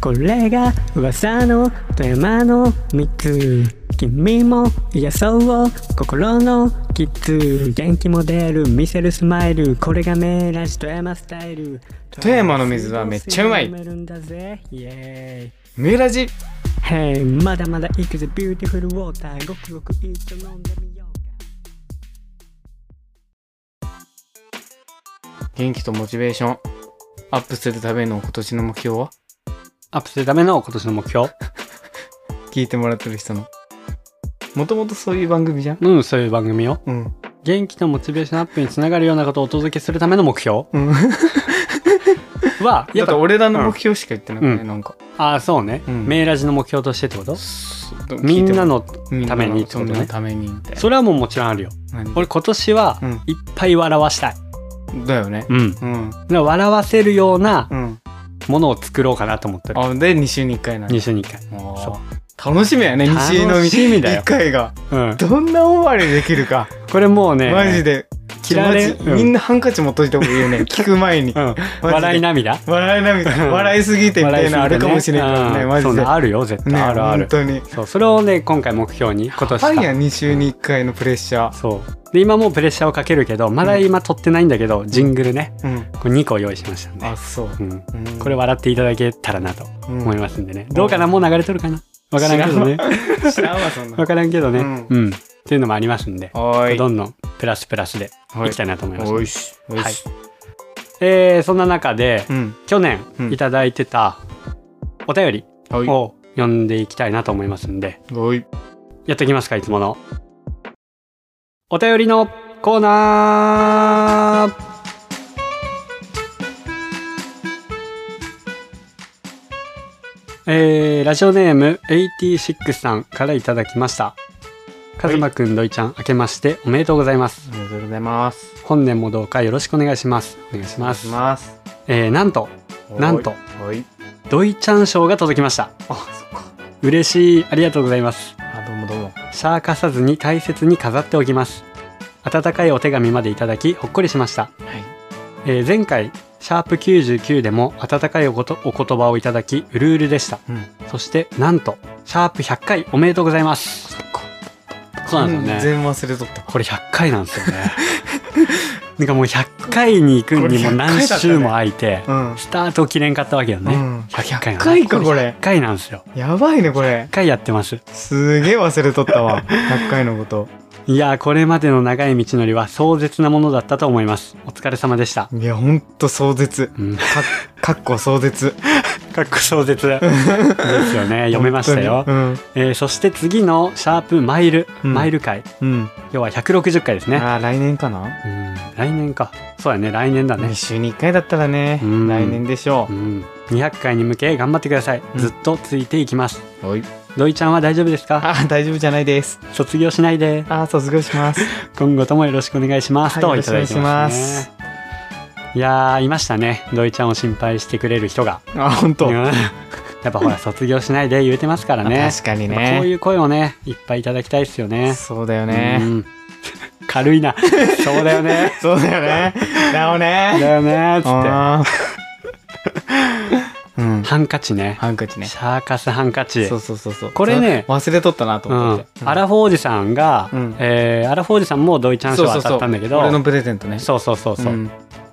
Speaker 2: これが噂の富山の蜜。君も癒そう心のキッズ元気も出る見せるスマイルこれがメラジ富山スタイル
Speaker 1: 富山の水はめっちゃうまい
Speaker 2: 飲めるんだぜイエーイ
Speaker 1: メラジ
Speaker 2: Hey, まだまだいくぜ、ビューティフルウォーター。ごくごく一緒飲んでみようか。
Speaker 1: 元気とモチベーションアップするための今年の目標は
Speaker 2: アップするための今年の目標。
Speaker 1: 聞いてもらってる人の。もともとそういう番組じゃん
Speaker 2: うん、そういう番組を。
Speaker 1: うん。
Speaker 2: 元気とモチベーションアップにつながるようなことをお届けするための目標 [laughs]
Speaker 1: うん。
Speaker 2: は、
Speaker 1: や
Speaker 2: や
Speaker 1: っ
Speaker 2: っ
Speaker 1: ぱ
Speaker 2: ぱ、
Speaker 1: 俺らの目標しか言ってなく
Speaker 2: う
Speaker 1: ね、
Speaker 2: ん
Speaker 1: なんか。
Speaker 2: ああ、そうね。
Speaker 1: うん
Speaker 2: メイラジの目標としてってこと
Speaker 1: み
Speaker 2: みんなの、
Speaker 1: の
Speaker 2: ためにってことね
Speaker 1: みんなのためにみたいな。
Speaker 2: それはもうもちろんあるよ。
Speaker 1: 何
Speaker 2: 俺今年は
Speaker 1: うん、
Speaker 2: いっぱい笑わしたい。
Speaker 1: だよね。
Speaker 2: うん。だ
Speaker 1: う
Speaker 2: か
Speaker 1: ん。
Speaker 2: ら笑わせるような
Speaker 1: うん。
Speaker 2: ものを作ろうかなと思ってる。
Speaker 1: あ、で、2週に1回なんだ
Speaker 2: 2週に1回。
Speaker 1: あー楽しみやね、2週の
Speaker 2: 楽しみだ
Speaker 1: 1
Speaker 2: よ。
Speaker 1: 回が。
Speaker 2: うん。
Speaker 1: どんな終わりできるか。
Speaker 2: [laughs] これもうね、
Speaker 1: マジで。
Speaker 2: 嫌われ
Speaker 1: ちょマジみんなハンカチ持っといた方がいいよね聞く前に、
Speaker 2: う
Speaker 1: マジ
Speaker 2: ん、
Speaker 1: で
Speaker 2: [laughs] 笑い涙
Speaker 1: 笑いなみたいな笑いすぎてみたいなあるかもしれないからね
Speaker 2: うん
Speaker 1: マ
Speaker 2: そ
Speaker 1: ジ
Speaker 2: う
Speaker 1: で
Speaker 2: ねあるよ絶対、
Speaker 1: ね
Speaker 2: あるあ
Speaker 1: 本
Speaker 2: る
Speaker 1: 当に
Speaker 2: そうそれをね今回目標に今年
Speaker 1: ファイ
Speaker 2: か
Speaker 1: ヤー2週に1回のプレッシャー
Speaker 2: そうで今もうプレッシャーをかけるけどまだ今撮ってないんだけど、ジングルね
Speaker 1: うん
Speaker 2: これ2個用意しましたんで、
Speaker 1: あそう、
Speaker 2: うん、
Speaker 1: うん
Speaker 2: これ笑っていただけたらなと思いますんでね、
Speaker 1: ん
Speaker 2: どうかなもう流れとるかなわからんけどね
Speaker 1: 知らんわそんな
Speaker 2: わ
Speaker 1: は
Speaker 2: からんけどね
Speaker 1: うん
Speaker 2: うん、っていうのもありますんで
Speaker 1: ーい
Speaker 2: どんどんプラスプラスでいきたいなと思います、
Speaker 1: おいしおいし
Speaker 2: えーそんな中で、
Speaker 1: うん
Speaker 2: 去年
Speaker 1: うん
Speaker 2: いただいてたお便り
Speaker 1: は
Speaker 2: を読んでいきたいなと思いますんで
Speaker 1: いおい
Speaker 2: やっていきますかいつものお便りのコーナーえー、ラジオネーム86さんからいただきました。カズマくん、土井ちゃん、明けましておめでとうございます。
Speaker 1: ありがとうございます
Speaker 2: 本年もどうかよろしくお願いします。お願いし
Speaker 1: お願
Speaker 2: ま
Speaker 1: いし
Speaker 2: す。
Speaker 1: ます
Speaker 2: えー、なんと、なんと
Speaker 1: はい
Speaker 2: 土井ちゃん賞が届きました。
Speaker 1: あそっか
Speaker 2: 嬉しい。ありがとうございます。
Speaker 1: あどうもどうも
Speaker 2: シャーかさずに大切に飾っておきます温かいお手紙までいただきほっこりしました、
Speaker 1: はい
Speaker 2: えー前回シャープ99でも温かいおことお言葉をいただきうるうるでした
Speaker 1: うん
Speaker 2: そしてなんとシャープ100回おめでとうございますそうなんで
Speaker 1: 完
Speaker 2: すよね
Speaker 1: 全忘れとった
Speaker 2: これ100回なんですよね [laughs] なんかもう100回に行くにも何週も空いて、
Speaker 1: うん
Speaker 2: スタートを切れんかったわけよね、
Speaker 1: うん
Speaker 2: 100回
Speaker 1: 100回かこ
Speaker 2: れ
Speaker 1: れ
Speaker 2: 100回なんですよ
Speaker 1: やばいねこれ
Speaker 2: 100回やってます
Speaker 1: すげえ忘れとった
Speaker 2: [laughs]
Speaker 1: わ100回のこと
Speaker 2: いやーこれまでの長い道のりは壮絶なものだったと思いますお疲れ様でした、
Speaker 1: いやほんと壮絶
Speaker 2: うん、
Speaker 1: かかっこ壮絶
Speaker 2: かっこ壮絶ですよ
Speaker 1: [laughs]
Speaker 2: ね読めましたよ
Speaker 1: 本、当
Speaker 2: えーそして次の「シャープマイル」
Speaker 1: うん
Speaker 2: マイル回
Speaker 1: にうん、うん、
Speaker 2: 要は160回ですね
Speaker 1: あー来年かな
Speaker 2: うん来年かそうだね来年だ
Speaker 1: 2
Speaker 2: ね
Speaker 1: 週に1回だったらね来
Speaker 2: うん
Speaker 1: 年でしょ
Speaker 2: うん200回に向け頑張ってください、
Speaker 1: うん
Speaker 2: ずっとついていきます
Speaker 1: うおい
Speaker 2: 土井ちゃんは大丈夫ですか
Speaker 1: あー大丈夫じゃないです
Speaker 2: 卒業しないで
Speaker 1: あー卒業し
Speaker 2: [laughs]
Speaker 1: ます
Speaker 2: 今後ともよろしくお願いします、
Speaker 1: はい
Speaker 2: といただ
Speaker 1: よ
Speaker 2: いて
Speaker 1: ろしくお願
Speaker 2: ま
Speaker 1: いし
Speaker 2: す
Speaker 1: ます
Speaker 2: ねいやーいましたね土井ちゃんを心配してくれる人が
Speaker 1: あ本当、
Speaker 2: うんやっぱほら卒業しないで言うてますからね
Speaker 1: 確かに
Speaker 2: やっぱこうい
Speaker 1: ね
Speaker 2: う声をねいっぱいいただきたいですよね
Speaker 1: そうだよ
Speaker 2: う
Speaker 1: ね
Speaker 2: ん軽
Speaker 1: [laughs]
Speaker 2: いなそうだよね
Speaker 1: そうだよ
Speaker 2: [laughs]
Speaker 1: ねだよね
Speaker 2: だよねつって
Speaker 1: あー [laughs] うん
Speaker 2: ハンカチね
Speaker 1: ハンカチね
Speaker 2: シャーカスハンカチ
Speaker 1: そうそうそうそう
Speaker 2: これね
Speaker 1: そ忘れとったなと
Speaker 2: う
Speaker 1: 思っ
Speaker 2: ん
Speaker 1: て、、うん
Speaker 2: アラフォーおじさんが、
Speaker 1: うん
Speaker 2: えーアラフォーおじさんも同意チャンス
Speaker 1: そう
Speaker 2: は
Speaker 1: そう
Speaker 2: 当
Speaker 1: そ
Speaker 2: た
Speaker 1: う
Speaker 2: ったんだけど
Speaker 1: 俺のプレゼントね
Speaker 2: そうそうそうそう、
Speaker 1: ん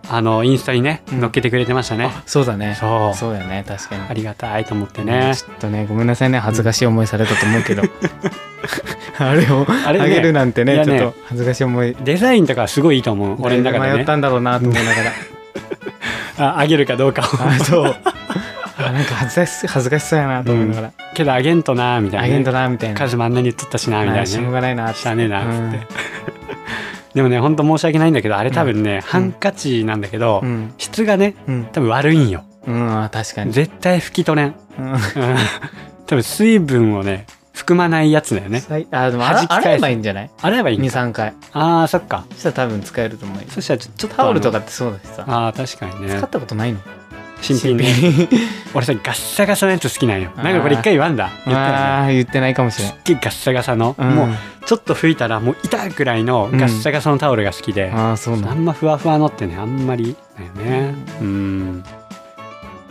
Speaker 2: あのインスタにね
Speaker 1: うん
Speaker 2: 載っけてくれてましたね、
Speaker 1: そうだね
Speaker 2: そう
Speaker 1: そうだよね確かに
Speaker 2: ありがたいと思ってね
Speaker 1: ちょっとねごめんなさいね恥ずかしい思いされたと思うけ
Speaker 2: [laughs]
Speaker 1: どあれを
Speaker 2: あ
Speaker 1: あ
Speaker 2: れね
Speaker 1: げるなんて
Speaker 2: い
Speaker 1: ね
Speaker 2: や
Speaker 1: ち
Speaker 2: ね
Speaker 1: ょっと恥ずかしい思い
Speaker 2: デザインとかすごいいいと思う俺の中で
Speaker 1: 迷
Speaker 2: ね
Speaker 1: ったんだろうなと思いながら
Speaker 2: ああげるかどうかを
Speaker 1: あそうあなんか恥ずかし恥ずかしそうやなと思いながら
Speaker 2: [laughs] けどあげんとなみたいな、
Speaker 1: あ
Speaker 2: ね、
Speaker 1: げんだなみたいな
Speaker 2: カズもあんなに言っとったしなみた
Speaker 1: あ
Speaker 2: い
Speaker 1: し
Speaker 2: な
Speaker 1: ょう
Speaker 2: ね
Speaker 1: がないなって
Speaker 2: しゃあねえなっつ
Speaker 1: うん
Speaker 2: って、でもねほんと申し訳ないんだけどあれ多分ね、ハンカチなんだけど、
Speaker 1: うん
Speaker 2: 質がね
Speaker 1: うん
Speaker 2: 多分悪いんよ
Speaker 1: うんあ確かに
Speaker 2: 絶対拭き取れん、
Speaker 1: うん
Speaker 2: うん [laughs] 多分水分をね含まないやつだよね
Speaker 1: 最あでもあ
Speaker 2: 弾き
Speaker 1: ら
Speaker 2: 返す
Speaker 1: 洗えばいいんじゃない
Speaker 2: 洗えばいいん
Speaker 1: 二
Speaker 2: か
Speaker 1: 三回
Speaker 2: あーそっか
Speaker 1: そしたら多分使えると思うよ
Speaker 2: そしたらちょちょっと
Speaker 1: タオルとか
Speaker 2: あ
Speaker 1: ってそうだしさ
Speaker 2: のあー確かにね
Speaker 1: 使ったことないの
Speaker 2: 新品ね
Speaker 1: 新品
Speaker 2: 俺さガッサガサのやつ好きなんよ
Speaker 1: あ
Speaker 2: な
Speaker 1: ー
Speaker 2: んかこれ一回言わんだ言ったらね
Speaker 1: ああ言ってないかもしれ
Speaker 2: す
Speaker 1: な
Speaker 2: っ
Speaker 1: い
Speaker 2: げえガッサガサの、
Speaker 1: うん
Speaker 2: もうちょっと拭いたらもう痛いくらいのガッサガサのタオルが好きで、
Speaker 1: ああそう
Speaker 2: あ
Speaker 1: なん
Speaker 2: んまふわふわのってねあんまりだよねうん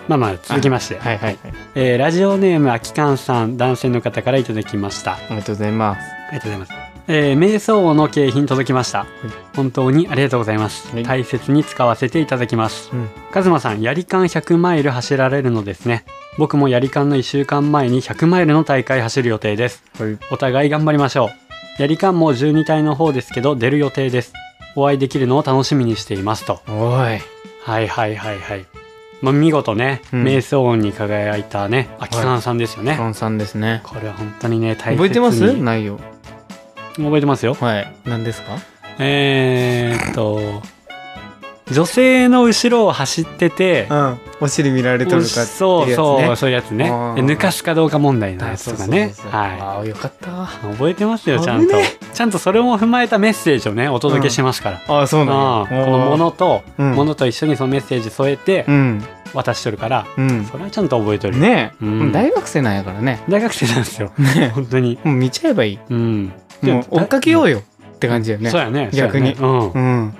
Speaker 2: まあまあ続きまして、
Speaker 1: はいはい
Speaker 2: えーラジオネームあきかんさん男性の方からいただきましたあ
Speaker 1: ありがとうございます
Speaker 2: りがとうございますえー瞑想王の景品届きました、本当にありがとうございます、
Speaker 1: はい
Speaker 2: 大切に使わせていただきます、
Speaker 1: うん
Speaker 2: カズマさんやりかん100マイル走られるのですね僕もやりかんの1週間前に100マイルの大会走る予定です
Speaker 1: はい
Speaker 2: お互い頑張りましょうやりかんも12体の方ですけど出る予定ですお会いできるのを楽しみにしていますと
Speaker 1: おい
Speaker 2: はいはいはいはい。まあ、見事ね、
Speaker 1: うん
Speaker 2: 瞑想音に輝いたね、秋さんさんですよね。
Speaker 1: ロンさんですね
Speaker 2: これは本当にね、大切に
Speaker 1: 覚えてます内容
Speaker 2: 覚えてますよ。
Speaker 1: はい何ですか
Speaker 2: えー、っと、女性の後ろを走ってて、
Speaker 1: うんお尻見られとるかって
Speaker 2: そう
Speaker 1: いう
Speaker 2: そう、
Speaker 1: やつね
Speaker 2: そういうやつね。で
Speaker 1: あー
Speaker 2: 抜かすかどうか問題の
Speaker 1: あ
Speaker 2: やつ
Speaker 1: そう
Speaker 2: と
Speaker 1: そ
Speaker 2: か
Speaker 1: うそう
Speaker 2: ね。
Speaker 1: そう
Speaker 2: は
Speaker 1: ああよかった
Speaker 2: い。覚えてますよ、ちゃんと
Speaker 1: 危ね。
Speaker 2: ちゃんとそれも踏まえたメッセージをね、お届けしますから。
Speaker 1: ああそう
Speaker 2: うん
Speaker 1: な
Speaker 2: このものと、
Speaker 1: うん
Speaker 2: ものと一緒にそのメッセージ添えて
Speaker 1: うん
Speaker 2: 渡しとるから、
Speaker 1: うん
Speaker 2: それはちゃんと覚えとるよ
Speaker 1: ねえ
Speaker 2: うん
Speaker 1: 大学生なんやからね
Speaker 2: 大学生なんですよ。本当に。
Speaker 1: もう見ちゃえばいい
Speaker 2: うん。
Speaker 1: もう追っかけよ
Speaker 2: う
Speaker 1: うよって感じだよね
Speaker 2: そうやね。
Speaker 1: 逆に
Speaker 2: そうやね
Speaker 1: うん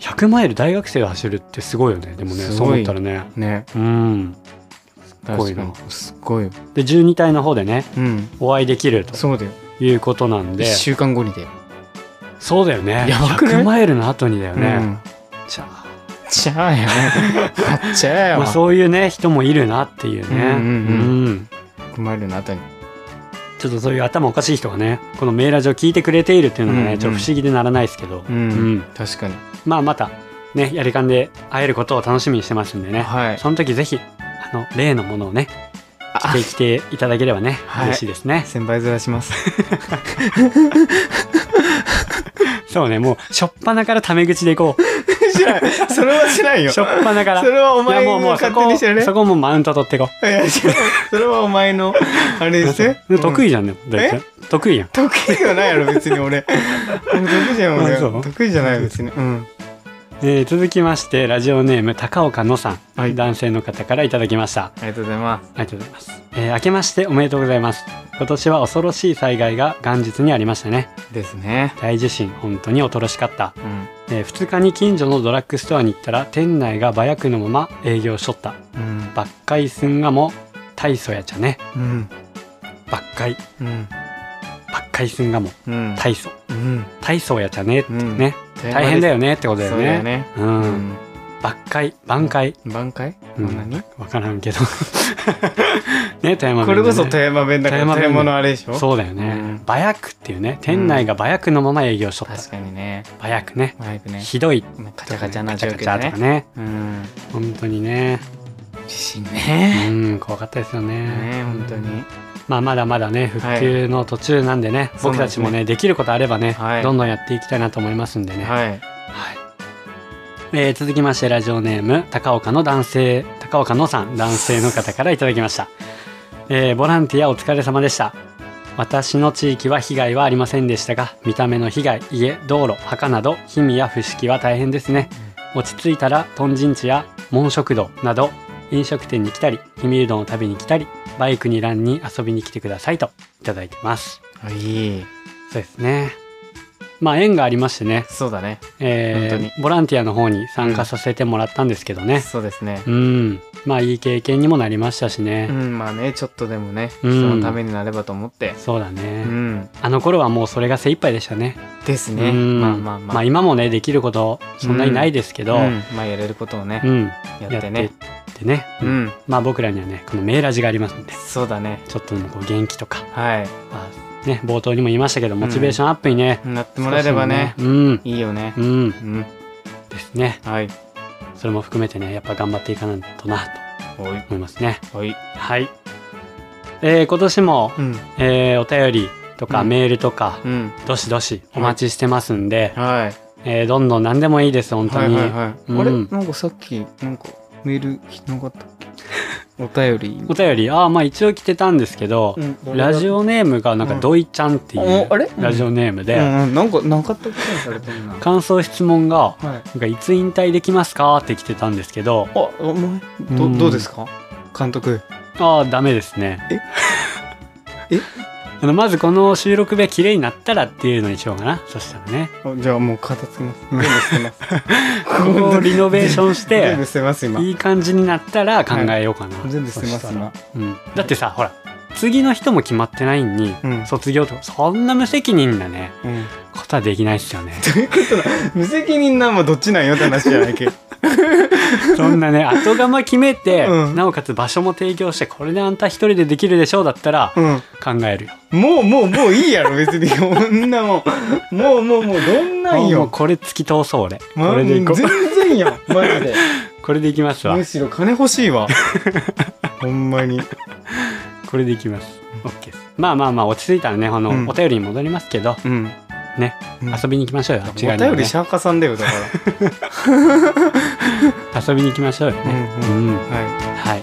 Speaker 2: 100マイル大学生が走るってすごいよねでもね
Speaker 1: すごい
Speaker 2: そう思ったらね
Speaker 1: ね
Speaker 2: うんご
Speaker 1: 確
Speaker 2: い
Speaker 1: か
Speaker 2: な
Speaker 1: にすっごい
Speaker 2: で12体の方でね
Speaker 1: うん
Speaker 2: お会いできると
Speaker 1: そうだよ
Speaker 2: いうことなん
Speaker 1: 1
Speaker 2: で
Speaker 1: 週間後にだよ、
Speaker 2: そうだよね
Speaker 1: やばくない
Speaker 2: 100マイルの後にだよね、
Speaker 1: うん
Speaker 2: じゃあ
Speaker 1: ちゃあよ買っちゃあよ、
Speaker 2: [laughs] まあ、そういうね人もいるなっていうね、
Speaker 1: うんうん
Speaker 2: うん
Speaker 1: 組まれるのあたり
Speaker 2: ちょっとそういう頭おかしい人がねこのメーラジを聞いてくれているっていうのがね、
Speaker 1: うんうん
Speaker 2: ちょっと不思議でならないですけど、
Speaker 1: うん
Speaker 2: うん
Speaker 1: 確かに
Speaker 2: まあまたねやりかんで会えることを楽しみにしてますんでね、
Speaker 1: はい
Speaker 2: その時ぜひあの例のものをね着てきていただければね
Speaker 1: はい
Speaker 2: 嬉しいですね、
Speaker 1: 先輩ずらします [laughs]
Speaker 2: そうねもうしょっぱなからタメ口でいこう
Speaker 1: しないそれはしないよ
Speaker 2: しょっ
Speaker 1: そ
Speaker 2: ぱなから
Speaker 1: れはお前
Speaker 2: いやも
Speaker 1: が
Speaker 2: うもうそ
Speaker 1: 勝
Speaker 2: こ
Speaker 1: 手にしてるね
Speaker 2: そこもマウント取っていこ
Speaker 1: いや違う [laughs] それはお前のあれですね
Speaker 2: う [laughs] 得
Speaker 1: 意
Speaker 2: 意じゃんね大体得意やん
Speaker 1: 得意ではないやろ別に俺俺得意じゃない
Speaker 2: あそ
Speaker 1: 俺
Speaker 2: う
Speaker 1: 得意じゃない別にうん
Speaker 2: えー続きましてラジオネーム高岡のさん、
Speaker 1: はい
Speaker 2: 男性の方からいただきました
Speaker 1: ありがとうございま
Speaker 2: ありがとうございます、えー明けましておめでとうございます今年は恐ろしい災害が元日にありましたね
Speaker 1: すですね
Speaker 2: 大地震本当に恐ろしかった、
Speaker 1: うん
Speaker 2: え2日に近所のドラッグストアに行ったら店内がバヤクのまま営業しとった
Speaker 1: うん
Speaker 2: ばっかいすんがも大層やちゃね
Speaker 1: うん
Speaker 2: ばっかい
Speaker 1: うん
Speaker 2: ばっかいすんがも
Speaker 1: うん
Speaker 2: 大層
Speaker 1: うん
Speaker 2: 大層やちゃねっていうね、大
Speaker 1: 大
Speaker 2: 変だ
Speaker 1: よ
Speaker 2: よねってことだよ
Speaker 1: そうだよ
Speaker 2: ね
Speaker 1: ね
Speaker 2: う
Speaker 1: うんん
Speaker 2: ばっかい挽回
Speaker 1: 挽回
Speaker 2: うん
Speaker 1: 何
Speaker 2: わから
Speaker 1: [laughs]
Speaker 2: んけどね富山弁だね
Speaker 1: これこそ富山弁だから
Speaker 2: 富山
Speaker 1: 富
Speaker 2: 弁
Speaker 1: 山のあれでしょ
Speaker 2: そうだよ
Speaker 1: う
Speaker 2: ね
Speaker 1: ん。
Speaker 2: バヤクっていうね、店内がバヤクのまま営業しとった。
Speaker 1: 確かにね
Speaker 2: バヤクね。
Speaker 1: 早くね
Speaker 2: ひどい。
Speaker 1: カチャカチャな
Speaker 2: ガ
Speaker 1: 状
Speaker 2: チャ
Speaker 1: 況
Speaker 2: ガチャ
Speaker 1: だ
Speaker 2: とか
Speaker 1: ね
Speaker 2: ね。
Speaker 1: うん
Speaker 2: 本当にね。
Speaker 1: 地震
Speaker 2: う
Speaker 1: ね
Speaker 2: ん、怖かったですよね。
Speaker 1: ね本当に。
Speaker 2: まあ、まだまだね、復旧の途中なんでね、
Speaker 1: そう
Speaker 2: 僕
Speaker 1: なん
Speaker 2: た
Speaker 1: です
Speaker 2: ち
Speaker 1: ね
Speaker 2: もね、できることあればね、
Speaker 1: はい
Speaker 2: どんどんやっていきたいなと思いますんでね。はい。
Speaker 1: はい
Speaker 2: えー続きまして、ラジオネーム、高岡の男性、高岡のさん、男性の方からいただきました。えーボランティアお疲れ様でした。私の地域は被害はありませんでしたが見た目の被害家道路墓など氷見や伏木は大変ですね、落ち着いたら豚陣地や門食堂など飲食店に来たり氷見うどんを食べに来たりバイクにランに遊びに来てくださいといただいてます
Speaker 1: あいい
Speaker 2: そうですねまあ縁がありましてね、
Speaker 1: そうだね
Speaker 2: えー
Speaker 1: 本当
Speaker 2: ボランティアの方に参加させてもらったんですけどね
Speaker 1: そうですね
Speaker 2: うん、まあいい経験にもなりましたしね、
Speaker 1: うんまあねちょっとでもね人
Speaker 2: うん
Speaker 1: のためになればと思って
Speaker 2: そうだね、
Speaker 1: うん
Speaker 2: あの頃はもうそれが精一杯でしたね
Speaker 1: ですね
Speaker 2: うん
Speaker 1: まあまあまあ
Speaker 2: 今もねできることそんなにないですけど、う
Speaker 1: うんんまあやれることをねや
Speaker 2: や
Speaker 1: っ
Speaker 2: って
Speaker 1: て
Speaker 2: ね
Speaker 1: ね
Speaker 2: でね、
Speaker 1: う
Speaker 2: うん
Speaker 1: ん
Speaker 2: まあ僕らにはねこのメーラジがありますんで
Speaker 1: そうだね
Speaker 2: ちょっとでもこう元気とか、
Speaker 1: はい
Speaker 2: まあね、冒頭にも言いましたけどモチベーションアップにね、
Speaker 1: なってもらえればね
Speaker 2: 少しでもね
Speaker 1: いいよね
Speaker 2: うんうん
Speaker 1: うん
Speaker 2: ですね
Speaker 1: はい
Speaker 2: それも含めてねやっぱ頑張っていかないとなと
Speaker 1: おい
Speaker 2: 思いますね
Speaker 1: おい
Speaker 2: はい、えー今年も、
Speaker 1: うん
Speaker 2: えーお便りとか
Speaker 1: うん
Speaker 2: メールとか、
Speaker 1: うん
Speaker 2: どしどしお待ちしてますんで、
Speaker 1: はい
Speaker 2: えーどんどん何でもいいです本当
Speaker 1: はい
Speaker 2: に、
Speaker 1: はいはいあれ
Speaker 2: うん
Speaker 1: なんかさっきなんかメール来てな [laughs] かったっけお便り
Speaker 2: お便りああまあ一応来てたんですけど、
Speaker 1: うん
Speaker 2: ラジオネームがなんか
Speaker 1: うん
Speaker 2: 土井ちゃんっていう
Speaker 1: おあれ
Speaker 2: ラジオネームで、
Speaker 1: うんうんなんかなかったっけされてるな
Speaker 2: 感想質問が
Speaker 1: はい
Speaker 2: 「なんかいつ引退できますか?」って来てたんですけど
Speaker 1: あお前
Speaker 2: う
Speaker 1: ど
Speaker 2: ん
Speaker 1: どうですか監督
Speaker 2: ああダメですね
Speaker 1: ええ
Speaker 2: [laughs] あのまずこの収録部屋綺麗になったらっていうのにしようかなそしたらね
Speaker 1: あじゃあもう片付けます全部捨てます
Speaker 2: [laughs] ここをリノベーションし
Speaker 1: 全
Speaker 2: て
Speaker 1: 部捨てます今
Speaker 2: いい感じになったら考えようかな、
Speaker 1: 全部捨てます
Speaker 2: そした
Speaker 1: 今
Speaker 2: らうん、だってさほら次の人も決まってないのに、
Speaker 1: うん
Speaker 2: 卒業とかそんな無責任なね
Speaker 1: うん
Speaker 2: ことはできないっすよね [laughs]
Speaker 1: 無責任なんはどっちなんよって話じゃない
Speaker 2: [laughs]
Speaker 1: け
Speaker 2: そんなね後釜決めて、
Speaker 1: うん
Speaker 2: なおかつ場所も提供してこれであんた一人でできるでしょうだったら
Speaker 1: うん
Speaker 2: 考えるよ、
Speaker 1: もうもうもういいやろ別に [laughs] こんなもんもうもうもうどんなん
Speaker 2: もう
Speaker 1: よ
Speaker 2: これ突き通そう俺
Speaker 1: ま
Speaker 2: これでいこ
Speaker 1: 全然よ
Speaker 2: [laughs]
Speaker 1: マジで
Speaker 2: うこれでいきます
Speaker 1: [laughs]
Speaker 2: わ
Speaker 1: むしろ金欲しい
Speaker 2: [laughs]
Speaker 1: わほんまに
Speaker 2: これでいきますオッケーですまあまあまあ落ち着いたらねあの、
Speaker 1: うん
Speaker 2: お便りに戻りますけど
Speaker 1: うん
Speaker 2: ね、
Speaker 1: うん
Speaker 2: 遊びに行きましょうよ
Speaker 1: お
Speaker 2: 違う
Speaker 1: 便りシャーカさんだよだか
Speaker 2: 遊びに行きまし [laughs] ょうよ
Speaker 1: らう
Speaker 2: ね
Speaker 1: んうん
Speaker 2: うん
Speaker 1: は
Speaker 2: はい。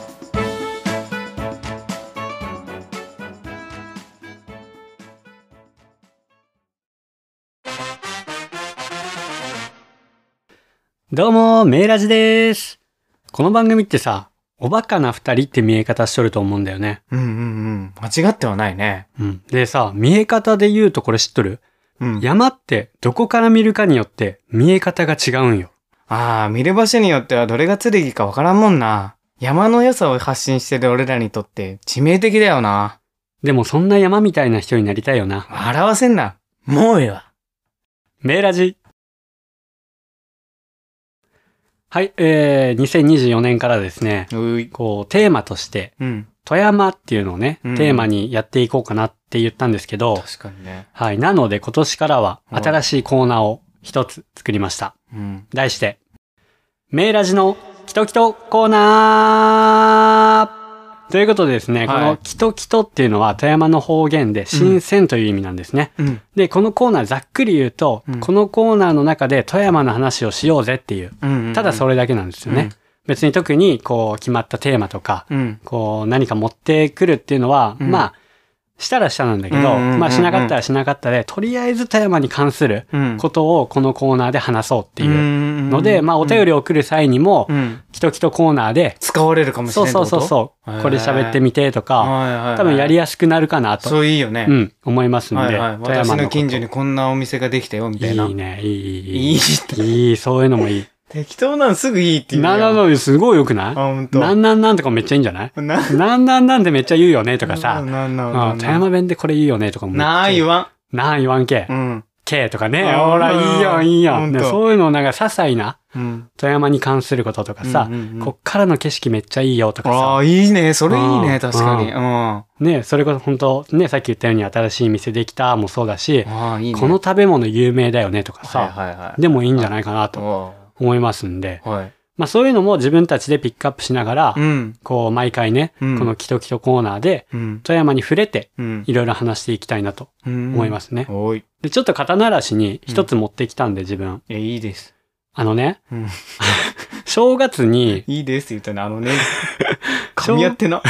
Speaker 2: どうも、メイラジです。この番組ってさ、おバカな二人って見え方しとると思うんだよね。
Speaker 1: いうんうんうん間違ってはないね
Speaker 2: うん。でさ、見え方で言うとこれ知っとる
Speaker 1: うん
Speaker 2: 山ってどこから見るかによって見え方が違うんよ。
Speaker 1: ああ、見る場所によってはどれが剣かわからんもんな。山の良さを発信してる俺らにとって致命的だよな。
Speaker 2: でもそんな山みたいな人になりたいよな。
Speaker 1: 笑わせんな。もうよ。
Speaker 2: メーラジ。はい、えー、2024年からですね、
Speaker 1: うい。
Speaker 2: こう、テーマとして、
Speaker 1: うん。
Speaker 2: 富山っていうのをね、
Speaker 1: うん
Speaker 2: テーマにやっていこうかなって言ったんですけど、
Speaker 1: 確かにね。
Speaker 2: はい。なので今年からは
Speaker 1: はい
Speaker 2: 新しいコーナーを一つ作りました。
Speaker 1: うん。
Speaker 2: 題して、メーラジのキトキトコーナーということでです
Speaker 1: は
Speaker 2: ね、
Speaker 1: い
Speaker 2: このキトキトっていうのは富山の方言で新鮮という意味なんですね。
Speaker 1: うん。
Speaker 2: で、このコーナーざっくり言うと、
Speaker 1: うん
Speaker 2: このコーナーの中で富山の話をしようぜっていう、
Speaker 1: うん。
Speaker 2: ただそ
Speaker 1: れ
Speaker 2: れだけなんですよね。
Speaker 1: うん
Speaker 2: 別に特にこう決まったテーマとか、
Speaker 1: うん。
Speaker 2: こう何か持ってくるっていうのは、
Speaker 1: うん
Speaker 2: まあ、したらしたなんだけ
Speaker 1: うんうん
Speaker 2: ど、
Speaker 1: うんうん
Speaker 2: まあしなかったらしなかったで、とりあえず富山に関する
Speaker 1: うん。
Speaker 2: ことをこのコーナーで話そうっていう
Speaker 1: う
Speaker 2: ので、まあお便
Speaker 1: り
Speaker 2: りを送る際にも、
Speaker 1: うん。
Speaker 2: キトキトコーナーで、
Speaker 1: 使われるかもしれ
Speaker 2: そう
Speaker 1: ないってこ
Speaker 2: そう
Speaker 1: と。
Speaker 2: そうそう、
Speaker 1: へー
Speaker 2: これ喋ってみてとか、
Speaker 1: はいはいはい。
Speaker 2: 多分やりやすくなるかなと、
Speaker 1: そういいよね。
Speaker 2: うん、思いますの
Speaker 1: はい
Speaker 2: で、
Speaker 1: はい。
Speaker 2: 富
Speaker 1: 私
Speaker 2: 山の
Speaker 1: の
Speaker 2: こと
Speaker 1: 近所にこんなお店ができたよ、みたいな。
Speaker 2: いいね、いい、いい。
Speaker 1: いいって
Speaker 2: いい、そういうのもいい。
Speaker 1: 適当なんすぐいいっていうやん。
Speaker 2: なんなんすごい良
Speaker 1: あ、
Speaker 2: くな
Speaker 1: ほん
Speaker 2: い
Speaker 1: と。
Speaker 2: なんなんなんとかめっちゃいいんじゃない
Speaker 1: な
Speaker 2: なんなんなんでめっちゃ言うよねとかさ、
Speaker 1: ななな
Speaker 2: う
Speaker 1: んな
Speaker 2: 富山弁でこれ言うよねとかもめっちゃ
Speaker 1: なあ、言わ
Speaker 2: なん言わんけ
Speaker 1: ん。。うん。
Speaker 2: けとかね。
Speaker 1: あー
Speaker 2: ほら、いいやん、いいや
Speaker 1: ほ
Speaker 2: ん。
Speaker 1: んと
Speaker 2: ねそういうのをなんか些細な
Speaker 1: うん。
Speaker 2: 富山に関することとかさ
Speaker 1: うんうんうん、
Speaker 2: こっからの景色めっちゃいいよとか
Speaker 1: あ
Speaker 2: さ、
Speaker 1: あ、いいね。それいいうね。
Speaker 2: ん
Speaker 1: 確かに。うん。あ
Speaker 2: ね、それこそ本当ね、さっき言ったように新しい店できたもそうだし、
Speaker 1: あ、いいね。
Speaker 2: この食べ物有名だよねとか
Speaker 1: はい
Speaker 2: さ、
Speaker 1: はいはい。
Speaker 2: でもいいんじゃないかなと
Speaker 1: お
Speaker 2: 思いますんで、
Speaker 1: うはい。
Speaker 2: まあそういうのも自分たちでピックアップしながら
Speaker 1: う、ん。
Speaker 2: こう毎回ね、
Speaker 1: う
Speaker 2: こ
Speaker 1: ん
Speaker 2: のキトキトコーナーで
Speaker 1: うん。
Speaker 2: 富山に触れて
Speaker 1: うん。
Speaker 2: いろいろ話していきたいなと
Speaker 1: 思
Speaker 2: 思いますね。
Speaker 1: おい。
Speaker 2: で、ちょっと肩慣らしに一つ持ってきたんで自分。
Speaker 1: いや、いいです。
Speaker 2: あのね、
Speaker 1: うん。
Speaker 2: 正月に、
Speaker 1: いいですって言ったね。あのね。
Speaker 2: そう
Speaker 1: [laughs] 噛み合ってな。
Speaker 2: [laughs]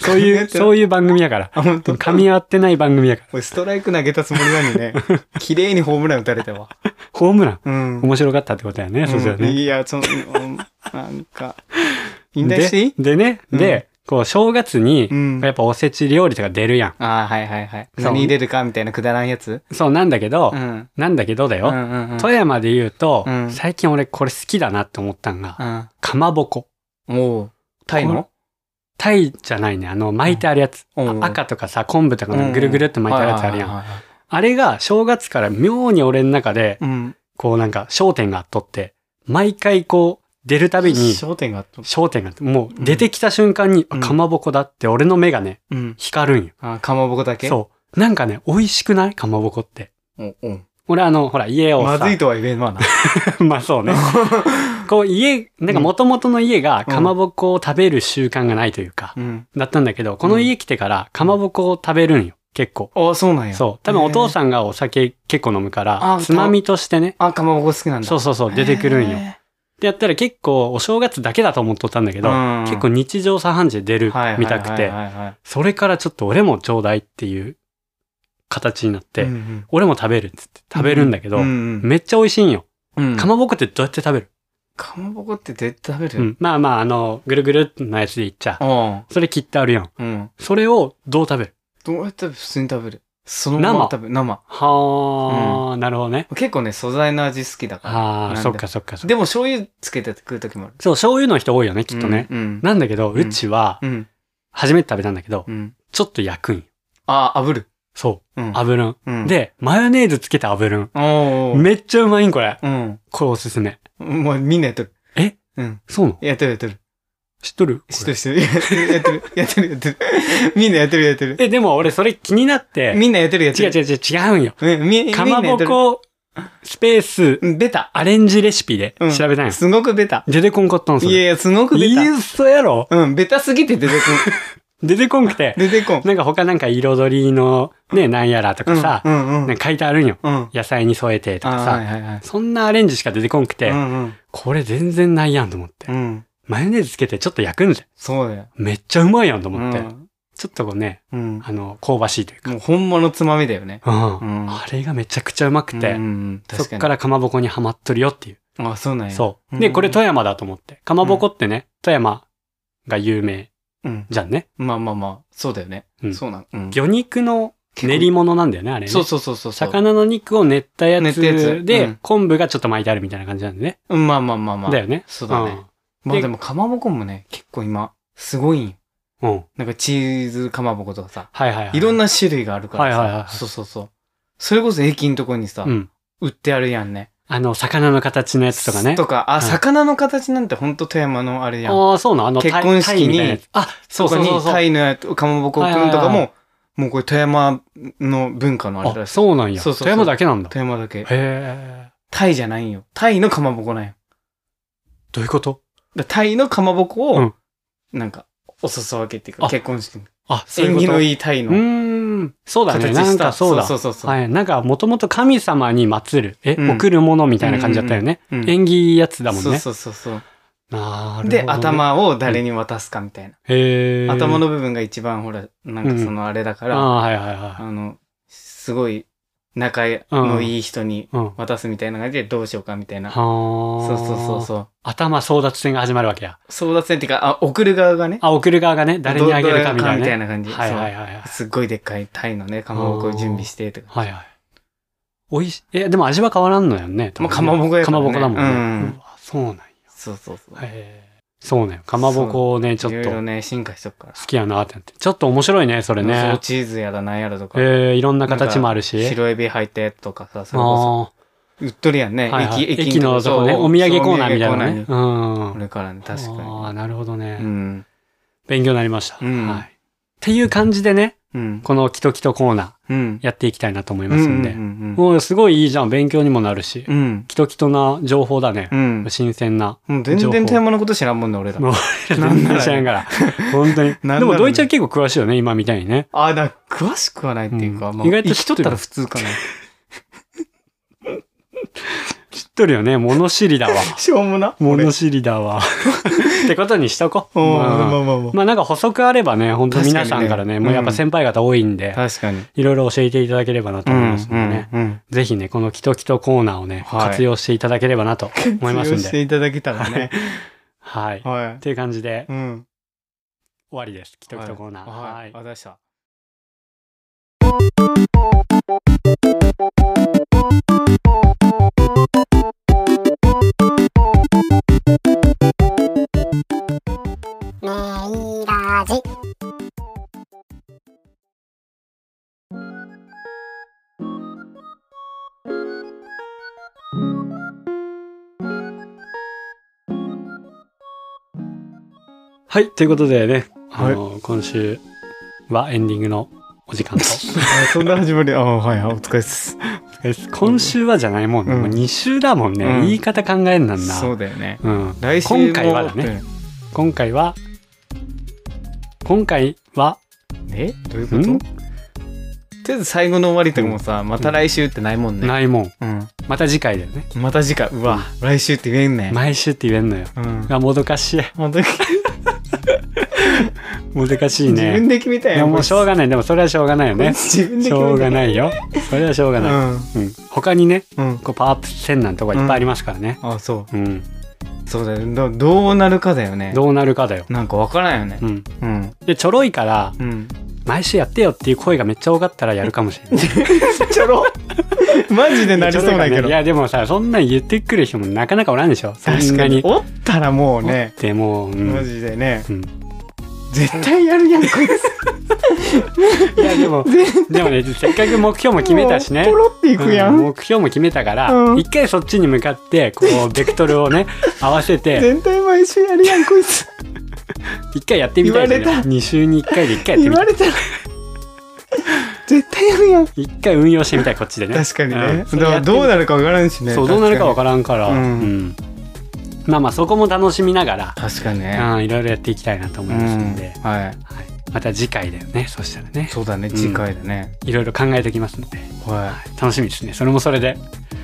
Speaker 2: そういう、そう
Speaker 1: いう。
Speaker 2: ういう番組やから。
Speaker 1: あ、ほんと。
Speaker 2: 噛み合ってない番組やから。
Speaker 1: 俺ストライク投げたつもりなのに
Speaker 2: [laughs]
Speaker 1: ね。綺麗にホームラン打たれたわ。
Speaker 2: ホームラン。
Speaker 1: うん。
Speaker 2: 面白かったってことやね、そうだよ
Speaker 1: うん
Speaker 2: ね。
Speaker 1: いや、その、うんなんか、引退していい
Speaker 2: ででね、
Speaker 1: うん
Speaker 2: で、こう、正月に
Speaker 1: う、ん。
Speaker 2: やっぱおせち料理とか出るや
Speaker 1: ああ、はいはいはい。
Speaker 2: そう
Speaker 1: 何入れるかみたいなくだらんやつ
Speaker 2: ん。そう、なんだけど
Speaker 1: う、ん。
Speaker 2: なんだけどだ
Speaker 1: うんう
Speaker 2: よ。
Speaker 1: んうん。
Speaker 2: 富山で言うと
Speaker 1: う、ん
Speaker 2: 最近俺これ好きだなって思ったんが、
Speaker 1: うん。
Speaker 2: かまぼこ。
Speaker 1: おう。タイの
Speaker 2: タイじゃないね、あの、巻いてあるやつ。
Speaker 1: うんうん
Speaker 2: あ赤とかさ、昆布とかのぐるぐるって巻いてあるやつあるや
Speaker 1: は
Speaker 2: ん。
Speaker 1: いはいはい
Speaker 2: あれが正月から妙に俺の中で、
Speaker 1: うん。
Speaker 2: こうなんか焦点があっとって、毎回こう、出るたびに、
Speaker 1: 焦点があった。
Speaker 2: 焦点があって、もう出てきた瞬間に、
Speaker 1: うん
Speaker 2: あかまぼこだって俺の目がね、
Speaker 1: うん。
Speaker 2: 光るんよ。
Speaker 1: あかまぼこだけう。
Speaker 2: そう。なんかね、美味しくないかまぼこって。
Speaker 1: おうん。
Speaker 2: 俺あの、ほら、家を
Speaker 1: ま
Speaker 2: さ、
Speaker 1: ずいとは言えんわな。
Speaker 2: [laughs] まあ
Speaker 1: [laughs]
Speaker 2: そうね。こう家、なんか元々の家がかまぼこを食べる習慣がないというか、
Speaker 1: うん。
Speaker 2: だったんだけど、この家来てからかまぼこを食べるんよ、結構。
Speaker 1: ああ、そうなんや。
Speaker 2: そう。多分お父さんがお酒結構飲むか
Speaker 1: あ
Speaker 2: ら、つまみとしてね、
Speaker 1: ん。あ、かまぼこ好きなんだ。
Speaker 2: そうそうそう、出てくるんよ。
Speaker 1: へ
Speaker 2: でやったら結構お正月だけだと思っとったんだけ
Speaker 1: ー。
Speaker 2: ど、
Speaker 1: うん
Speaker 2: 結構日常茶飯事で出る
Speaker 1: はいはいはいはいはい
Speaker 2: みたくて、それからちょっと俺もちょうだいっていう形になって、
Speaker 1: うんうん
Speaker 2: 俺も食べるっつって食べるんだけど、
Speaker 1: うん
Speaker 2: めっちゃ美味しいんよ。
Speaker 1: うん。
Speaker 2: かまぼこってどうやって食べる、
Speaker 1: かまぼこって絶対食べ
Speaker 2: うん
Speaker 1: るよ。
Speaker 2: まあまあ、あの、ぐるぐるのやつでいっちゃう。
Speaker 1: あ
Speaker 2: それ切ってあるやん。
Speaker 1: あ。うん。
Speaker 2: それをどう食べる
Speaker 1: どうやって普通に食べるそのまま食べる。生。
Speaker 2: はあ、なるほどね。
Speaker 1: 結構ね、素材の味好きだから。な
Speaker 2: あ
Speaker 1: ん
Speaker 2: あ、
Speaker 1: で
Speaker 2: そっかそっかそっか。
Speaker 1: でも醤油つけて食う時もある。
Speaker 2: そう、醤油の人多いよね、きっとね。
Speaker 1: うん。
Speaker 2: なんだけど、
Speaker 1: ん
Speaker 2: うちは、
Speaker 1: うん。
Speaker 2: 初めて食べたんだけど、
Speaker 1: うん。
Speaker 2: ちょっと焼くんよ。
Speaker 1: ああ、炙る。
Speaker 2: そうう、
Speaker 1: ん。
Speaker 2: 炙るん。
Speaker 1: うん。、
Speaker 2: で、マヨネーズつけて炙るん。
Speaker 1: おーおー。
Speaker 2: めっちゃうまいん、これ。
Speaker 1: うん。
Speaker 2: これおすすめ。
Speaker 1: もうみんなやっとる。
Speaker 2: え
Speaker 1: うん。
Speaker 2: そうなの
Speaker 1: やってるやってる。
Speaker 2: 知っとる
Speaker 1: 知ってる知ってる。やってるやってる。やってるやってる。みんなやってるやってる。
Speaker 2: え、でも俺それ気になって、
Speaker 1: みんなやってるやって
Speaker 2: 違う
Speaker 1: る。
Speaker 2: 違う違う、違うんよ。
Speaker 1: うんみみん
Speaker 2: か
Speaker 1: な
Speaker 2: ま
Speaker 1: やっ
Speaker 2: ぼ
Speaker 1: てる
Speaker 2: こ、スペース、
Speaker 1: うんベタ。
Speaker 2: アレンジレシピで
Speaker 1: うん
Speaker 2: 調べたんよ。
Speaker 1: すごくベタ。
Speaker 2: 出てこんかったんす
Speaker 1: いやいや、すごくベ
Speaker 2: い
Speaker 1: タ。
Speaker 2: や、そやろ
Speaker 1: うん、ベタすぎて出てこ
Speaker 2: 出てこんくて
Speaker 1: ん。、
Speaker 2: [laughs]
Speaker 1: 出てこん。
Speaker 2: なんか他なんか彩りの、ね、なんやらとかさ、
Speaker 1: うんうんうん
Speaker 2: なんか書いてあるんよ。
Speaker 1: うん。
Speaker 2: 野菜に添えてとか
Speaker 1: あはい
Speaker 2: さ。
Speaker 1: はいはい。
Speaker 2: そんなアレンジしか出てこんくて
Speaker 1: う、んうん。
Speaker 2: これ全然ないやんと思って
Speaker 1: う。ん。
Speaker 2: マヨネーズつけてちょっと焼くんじゃん。
Speaker 1: そうだよ。
Speaker 2: めっちゃうまいやんと思って
Speaker 1: う。ん
Speaker 2: ちょっとこうね、
Speaker 1: うん。
Speaker 2: あの、香ばしいというか。
Speaker 1: もうほんまのつまみだよね。
Speaker 2: うん
Speaker 1: うん
Speaker 2: あれがめちゃくちゃうまくて
Speaker 1: うんう、ん、
Speaker 2: そ
Speaker 1: 確
Speaker 2: っ
Speaker 1: かに。
Speaker 2: からかまぼこにはまっとるよっていう。
Speaker 1: あ、そうなんや。
Speaker 2: そう。
Speaker 1: う
Speaker 2: で、
Speaker 1: ん
Speaker 2: これ富山だと思って。かまぼこってね、富山が有名
Speaker 1: う。うん。
Speaker 2: じゃんね。
Speaker 1: まあまあまあ、そうだよね。
Speaker 2: うん
Speaker 1: そうなん。うん。
Speaker 2: 魚肉の
Speaker 1: 結構
Speaker 2: 練り物なんだよね、あれね。
Speaker 1: そうそうそうそうそう。
Speaker 2: 魚の肉を練ったや
Speaker 1: 練っ
Speaker 2: つ
Speaker 1: たやつ
Speaker 2: で、
Speaker 1: うん
Speaker 2: 昆布がちょっと巻いてあるみたいな感じなんでね。
Speaker 1: うん、まあまあまあまあ。
Speaker 2: だよね。
Speaker 1: そうだね。まあ
Speaker 2: で
Speaker 1: でも、かまぼこもね、結構今、すごいんよ。
Speaker 2: うん。うん。
Speaker 1: なんかチーズかまぼことかさ、
Speaker 2: はいはいはい。
Speaker 1: いろん
Speaker 2: な、
Speaker 1: な種類があるからさ。
Speaker 2: はいはいはい
Speaker 1: そうそうそう。それこそ駅のとこにさ、
Speaker 2: うん。
Speaker 1: 売ってあるやんね。
Speaker 2: あの、魚の形のやつとかね。
Speaker 1: とか、あ、
Speaker 2: い
Speaker 1: 魚の形なんてほんと富山のあれやん。
Speaker 2: ああ、そうなのあの、
Speaker 1: 結
Speaker 2: タイ
Speaker 1: 婚式に
Speaker 2: タイみたいなやつあ、そう
Speaker 1: とか
Speaker 2: そう
Speaker 1: に
Speaker 2: そうそう。
Speaker 1: タイのやつかまぼこくんと
Speaker 2: はいは
Speaker 1: か
Speaker 2: いはいは
Speaker 1: も、もうこれ富山の文化のあれだ
Speaker 2: あ、
Speaker 1: し。
Speaker 2: そうなんや。
Speaker 1: そうそうそう
Speaker 2: 富山だけなんだ。へ
Speaker 1: 富山だけ。
Speaker 2: え。
Speaker 1: タイじゃないんよ。タイのかまぼこなんよ。
Speaker 2: どういうこと
Speaker 1: だタイのかまぼこ
Speaker 2: う
Speaker 1: を
Speaker 2: ん、
Speaker 1: なんか、お裾分けっていうか、
Speaker 2: あ
Speaker 1: 結婚式に。
Speaker 2: あ、そういう
Speaker 1: 縁
Speaker 2: こ
Speaker 1: 起
Speaker 2: と。
Speaker 1: のいいタイ
Speaker 2: う
Speaker 1: の
Speaker 2: ーん。そうだ
Speaker 1: 形し
Speaker 2: ね。
Speaker 1: た。
Speaker 2: なんかそうだ。
Speaker 1: そうそうそう。
Speaker 2: はい。なんか、もともと神様に祀る、え、
Speaker 1: うん
Speaker 2: 贈るものみたいな感じだったよね。
Speaker 1: うん
Speaker 2: 縁起やつだもんね。
Speaker 1: そうそうそう
Speaker 2: なるほ
Speaker 1: そ
Speaker 2: ど
Speaker 1: う。
Speaker 2: ね
Speaker 1: で、。頭を誰に渡すかみたいな。
Speaker 2: へー
Speaker 1: 頭の部分が一番、ほら、なんかそのあれだか
Speaker 2: あ
Speaker 1: ら、
Speaker 2: あ、はいはいは
Speaker 1: あの、すごい仲のいい人に
Speaker 2: い。うん。
Speaker 1: 渡すみたいな感じでどうしようかみたいな。そ
Speaker 2: は
Speaker 1: う
Speaker 2: あ。
Speaker 1: そうそうそう。
Speaker 2: 頭争奪戦が始まるわけや。
Speaker 1: 争奪戦っていうか、あ、送る側がね。
Speaker 2: あ、送る側がね、誰にあげるかみた
Speaker 1: どうやるか
Speaker 2: い
Speaker 1: みたいな
Speaker 2: なね。
Speaker 1: 感じ。
Speaker 2: はいはい
Speaker 1: そ。
Speaker 2: はいはいう
Speaker 1: すっごいでっかいタイのね、かまぼこを準備してとか。
Speaker 2: はいはい。おいしい。え、でも味は変わらんのやんね。多分ね
Speaker 1: まあかまぼこや
Speaker 2: か
Speaker 1: から
Speaker 2: ま
Speaker 1: ね
Speaker 2: ぼこだもんね。
Speaker 1: うん
Speaker 2: うわそうなんや。
Speaker 1: そうそうそう。
Speaker 2: へーそうね。かまぼこをね、ちょ
Speaker 1: いろ
Speaker 2: っ
Speaker 1: い
Speaker 2: と
Speaker 1: ろ
Speaker 2: 好
Speaker 1: ね、進化しとくから。
Speaker 2: きやなってなって。ちょっと面白いね、それ
Speaker 1: そう
Speaker 2: ね。
Speaker 1: チーズやらなんやらとか。
Speaker 2: えー、いろんな形もあるし。
Speaker 1: 白エビ入ってとかさ、それこ
Speaker 2: あ
Speaker 1: そ。売っとるやんね
Speaker 2: ー。はいはい
Speaker 1: 駅、
Speaker 2: 駅のとこね、
Speaker 1: そう
Speaker 2: お土産コーナーみたい
Speaker 1: そうお土産コ
Speaker 2: な
Speaker 1: ーナー
Speaker 2: ね。
Speaker 1: に
Speaker 2: うん。
Speaker 1: これからね、確
Speaker 2: ああ、
Speaker 1: か
Speaker 2: なるほどね。
Speaker 1: に。うん。
Speaker 2: 勉強になりました。
Speaker 1: うん
Speaker 2: はい。っていう感じでね、
Speaker 1: うん。
Speaker 2: このキトキトコーナ
Speaker 1: うん
Speaker 2: ー。やっていきたいなと思いますんで。
Speaker 1: うんうんうん
Speaker 2: もうすごいいいじゃん。勉強にもなるし。
Speaker 1: うん。
Speaker 2: キトキトな情報だね
Speaker 1: う。ん。
Speaker 2: 新鮮な。
Speaker 1: もう全
Speaker 2: 情報
Speaker 1: 然富山のこと知らんもんね、俺ら。
Speaker 2: もう
Speaker 1: [laughs] なんなら
Speaker 2: 全然知らんから。 [laughs] 本当に。
Speaker 1: [laughs] なら
Speaker 2: でもドイツは結構詳しいよね、今みたいにね。
Speaker 1: あ、だから詳しくはないっていうか、
Speaker 2: うん
Speaker 1: まあ、
Speaker 2: 意外と
Speaker 1: 生きとったら普通かな。
Speaker 2: 知っとるよね、物
Speaker 1: [laughs]
Speaker 2: 知りだわ。
Speaker 1: しょうもな。
Speaker 2: 物知りだ
Speaker 1: [laughs]
Speaker 2: わ。ってことにしとこう。
Speaker 1: うん
Speaker 2: ま
Speaker 1: ま
Speaker 2: あ
Speaker 1: あまあま
Speaker 2: まあなんか補足あればね、本当皆さん
Speaker 1: 確
Speaker 2: からね、
Speaker 1: かにね
Speaker 2: もうやっぱ先輩方多いんで
Speaker 1: あ。、確かに。
Speaker 2: いろいろ教えていただければなと
Speaker 1: う
Speaker 2: 思い
Speaker 1: ん
Speaker 2: ますのでね。
Speaker 1: うんうん
Speaker 2: ぜひね、このキトキトコーナーをね、
Speaker 1: はい
Speaker 2: 活用していただければなと思います
Speaker 1: 活
Speaker 2: ん
Speaker 1: 用して
Speaker 2: で。
Speaker 1: いただけたらね。 [laughs]
Speaker 2: はい。っ
Speaker 1: は
Speaker 2: ていう感じで
Speaker 1: い。うん。
Speaker 2: 終わりです。キトキトコーナー。
Speaker 1: はい。あ
Speaker 2: は
Speaker 1: り
Speaker 2: い
Speaker 1: がとうご。ざいました。
Speaker 3: メイラジ
Speaker 2: はい、ということでね、
Speaker 1: はい
Speaker 2: あの、今週はエンディングのお時
Speaker 1: [laughs]
Speaker 2: 間と。
Speaker 1: あそんな始まり。あはいはい。お疲れっす。
Speaker 2: 今週はじゃないもんね。
Speaker 1: うん
Speaker 2: もう2週だもんね。
Speaker 1: うん
Speaker 2: 言い方考えんなんだ。
Speaker 1: そうだよね。
Speaker 2: うん。
Speaker 1: 来週も
Speaker 2: 今回はだね。今回は、今回は、
Speaker 1: えどういうこと
Speaker 2: ん
Speaker 1: とりあえず最後の終わりとかもさ、また来週ってないもんね。
Speaker 2: ないもん。
Speaker 1: うん。
Speaker 2: また次回だよね。
Speaker 1: また次回。うわ、来週って言えんね。
Speaker 2: 毎週って言えんのよ。
Speaker 1: うん。
Speaker 2: あ、もどかしい。
Speaker 1: 本当に
Speaker 2: もどかしい
Speaker 1: 自分
Speaker 2: ね。
Speaker 1: で決めた
Speaker 2: い
Speaker 1: や
Speaker 2: や
Speaker 1: ん。
Speaker 2: もうしょうがない。でもそれはしょうがないよ
Speaker 1: これ
Speaker 2: ね。
Speaker 1: 自分で
Speaker 2: し
Speaker 1: 決めた
Speaker 2: ょうがないよ。それはしょうがない。うん。他にね、
Speaker 1: うん。うん。
Speaker 2: こうパワーアップせんなんとこいっぱいありますからね。
Speaker 1: あ、そう。
Speaker 2: うん。
Speaker 1: そうだよね。どどうなるかだよね。
Speaker 2: どうなるかだよ。
Speaker 1: なんかわからんよね
Speaker 2: う。ん。
Speaker 1: うん。
Speaker 2: で、ちょろいから、
Speaker 1: うん。
Speaker 2: 毎週やってよっていう声がめっちゃ多かったらやるかも
Speaker 1: [laughs]
Speaker 2: しれない。
Speaker 1: ちょろ [laughs] マジでなりそうだけど。
Speaker 2: いや、でもさ、そんなん言ってくる人もなかなかおらんでしょ。そん
Speaker 1: 確
Speaker 2: な
Speaker 1: か
Speaker 2: に
Speaker 1: に。。おったらもうね、
Speaker 2: でもう、うん
Speaker 1: マジでね、
Speaker 2: うん
Speaker 1: 絶対やるやん、こい
Speaker 2: いや、
Speaker 1: [laughs]
Speaker 2: でも、でもね、せっかく目標も
Speaker 1: つ。
Speaker 2: 決めたしね
Speaker 1: ポ。ロっていくや
Speaker 2: うん
Speaker 1: ん。
Speaker 2: 目標も決めたから、
Speaker 1: うん
Speaker 2: 一回そっちに向かって、こう、ベクトルをね、合わせて、
Speaker 1: 絶対毎週やるやん、こいつ。
Speaker 2: 一回やってみたいですね。
Speaker 1: 言われ
Speaker 2: 2週に1回で一回やって
Speaker 1: 言
Speaker 2: みた
Speaker 1: わ
Speaker 2: い。
Speaker 1: れたら、絶対やるやん。
Speaker 2: 一回運用してみたい、こっちでね。
Speaker 1: 確かに
Speaker 2: う
Speaker 1: ね
Speaker 2: ん。そ
Speaker 1: だ
Speaker 2: れ
Speaker 1: か
Speaker 2: や
Speaker 1: ら
Speaker 2: って
Speaker 1: どうなるかわからんしね。
Speaker 2: そう、どうなるかわからんから、
Speaker 1: うん
Speaker 2: うんまあまあ、そこも楽しみながら、
Speaker 1: 確かにね。
Speaker 2: うんいろいろやっていきたいなと思
Speaker 1: う
Speaker 2: いますん
Speaker 1: ん
Speaker 2: で、
Speaker 1: はい。
Speaker 2: はい、また次回だよね、そしたらね。
Speaker 1: そうだね、次回だね。
Speaker 2: いろいろ考えてきますので、
Speaker 1: は
Speaker 2: 楽しみですね。それもそれで。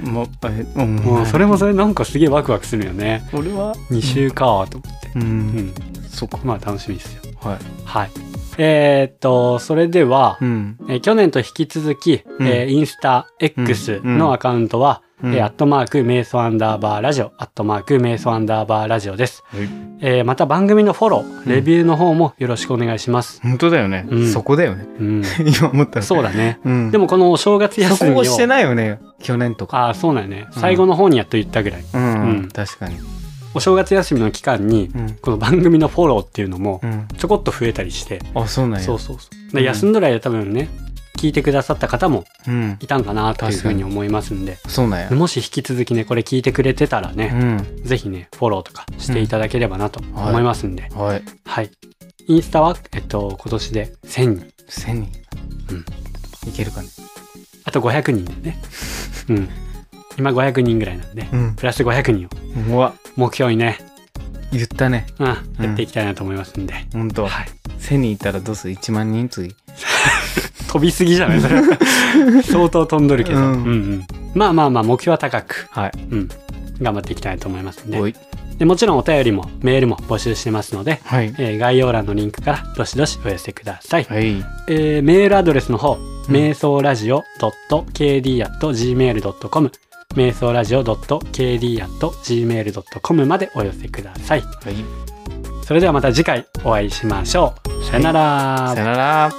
Speaker 1: い。もう、え、うん
Speaker 2: もうそ
Speaker 1: れ、
Speaker 2: れもそれなんかすげえワクワクするよね。
Speaker 1: 俺は、
Speaker 2: 2週かと思って。
Speaker 1: う。
Speaker 2: うんん。
Speaker 1: そうか。
Speaker 2: まあ楽しみですよ。
Speaker 1: はい。
Speaker 2: はい。えーっと、それでは
Speaker 1: う、ん。
Speaker 2: えー去年と引き続き、
Speaker 1: うん
Speaker 2: えーインスタ X
Speaker 1: うんうん
Speaker 2: のアカウントは、
Speaker 1: うん
Speaker 2: えーアットマーク瞑想アンダーバーラジオアットマーク瞑想アンダーバーラジオです、
Speaker 1: はい
Speaker 2: えーまた番組のフォローレビューの方もよろしくお願いします、
Speaker 1: 本当だよね、
Speaker 2: うん
Speaker 1: そこだよ
Speaker 2: [laughs]
Speaker 1: ね [laughs]
Speaker 2: うん、
Speaker 1: 今思ったら
Speaker 2: そうだね
Speaker 1: うん、
Speaker 2: でもこのお正月
Speaker 1: そ
Speaker 2: 休み
Speaker 1: こ
Speaker 2: を
Speaker 1: をしてないよね去年とか
Speaker 2: ああそうだよね
Speaker 1: うん
Speaker 2: 最後の方にやっと言ったぐらい、
Speaker 1: うん、
Speaker 2: うん
Speaker 1: 確かに
Speaker 2: お正月休みの期間に
Speaker 1: うん、
Speaker 2: この番組のフォローっていうのも
Speaker 1: うん、
Speaker 2: ちょこっと増えたりして、
Speaker 1: あそうなんや
Speaker 2: そううそうそう
Speaker 1: うん
Speaker 2: で休んどらや多分ね聞いてくださった方も
Speaker 1: ん
Speaker 2: いたんかなっていう
Speaker 1: 確
Speaker 2: ふ
Speaker 1: か
Speaker 2: う
Speaker 1: に
Speaker 2: に思いますんで
Speaker 1: そうなんや
Speaker 2: もし引き続きねこれ聞いてくれてたら
Speaker 1: う
Speaker 2: ね、
Speaker 1: ん
Speaker 2: ぜひねフォローとかしていただければなと思いますんで、
Speaker 1: はい
Speaker 2: はい、インスタはえっと今年で1000人
Speaker 1: 千人いけるかね
Speaker 2: あと500人で
Speaker 1: [laughs]
Speaker 2: ねうん今500人ぐらいなんで
Speaker 1: うん
Speaker 2: プラス500人を
Speaker 1: うわ
Speaker 2: 目標にね、
Speaker 1: 言ったね
Speaker 2: うん、や
Speaker 1: うん
Speaker 2: っていきたいなと思いますんで、
Speaker 1: 本当
Speaker 2: はい
Speaker 1: 千人いたらどうする一万人次
Speaker 2: 飛びすぎじゃない [laughs] それ相当飛んどるけど、う
Speaker 1: うんん
Speaker 2: うんまあまあまあ目標は高く、
Speaker 1: はい
Speaker 2: うん、頑張っていきたいと思いますん
Speaker 1: お
Speaker 2: で
Speaker 1: い
Speaker 2: でもちろんお便りもメールも募集してますので、
Speaker 1: はい
Speaker 2: えー概要欄のリンクからどしどしお寄せください、
Speaker 1: はい
Speaker 2: えーメールアドレスの方瞑想ラジオ .kd.gmail.com 瞑想ラジオ .kd.gmail.com までお寄せください
Speaker 1: はい
Speaker 2: それではまた次回お会いしましょうさよなら
Speaker 1: さよなら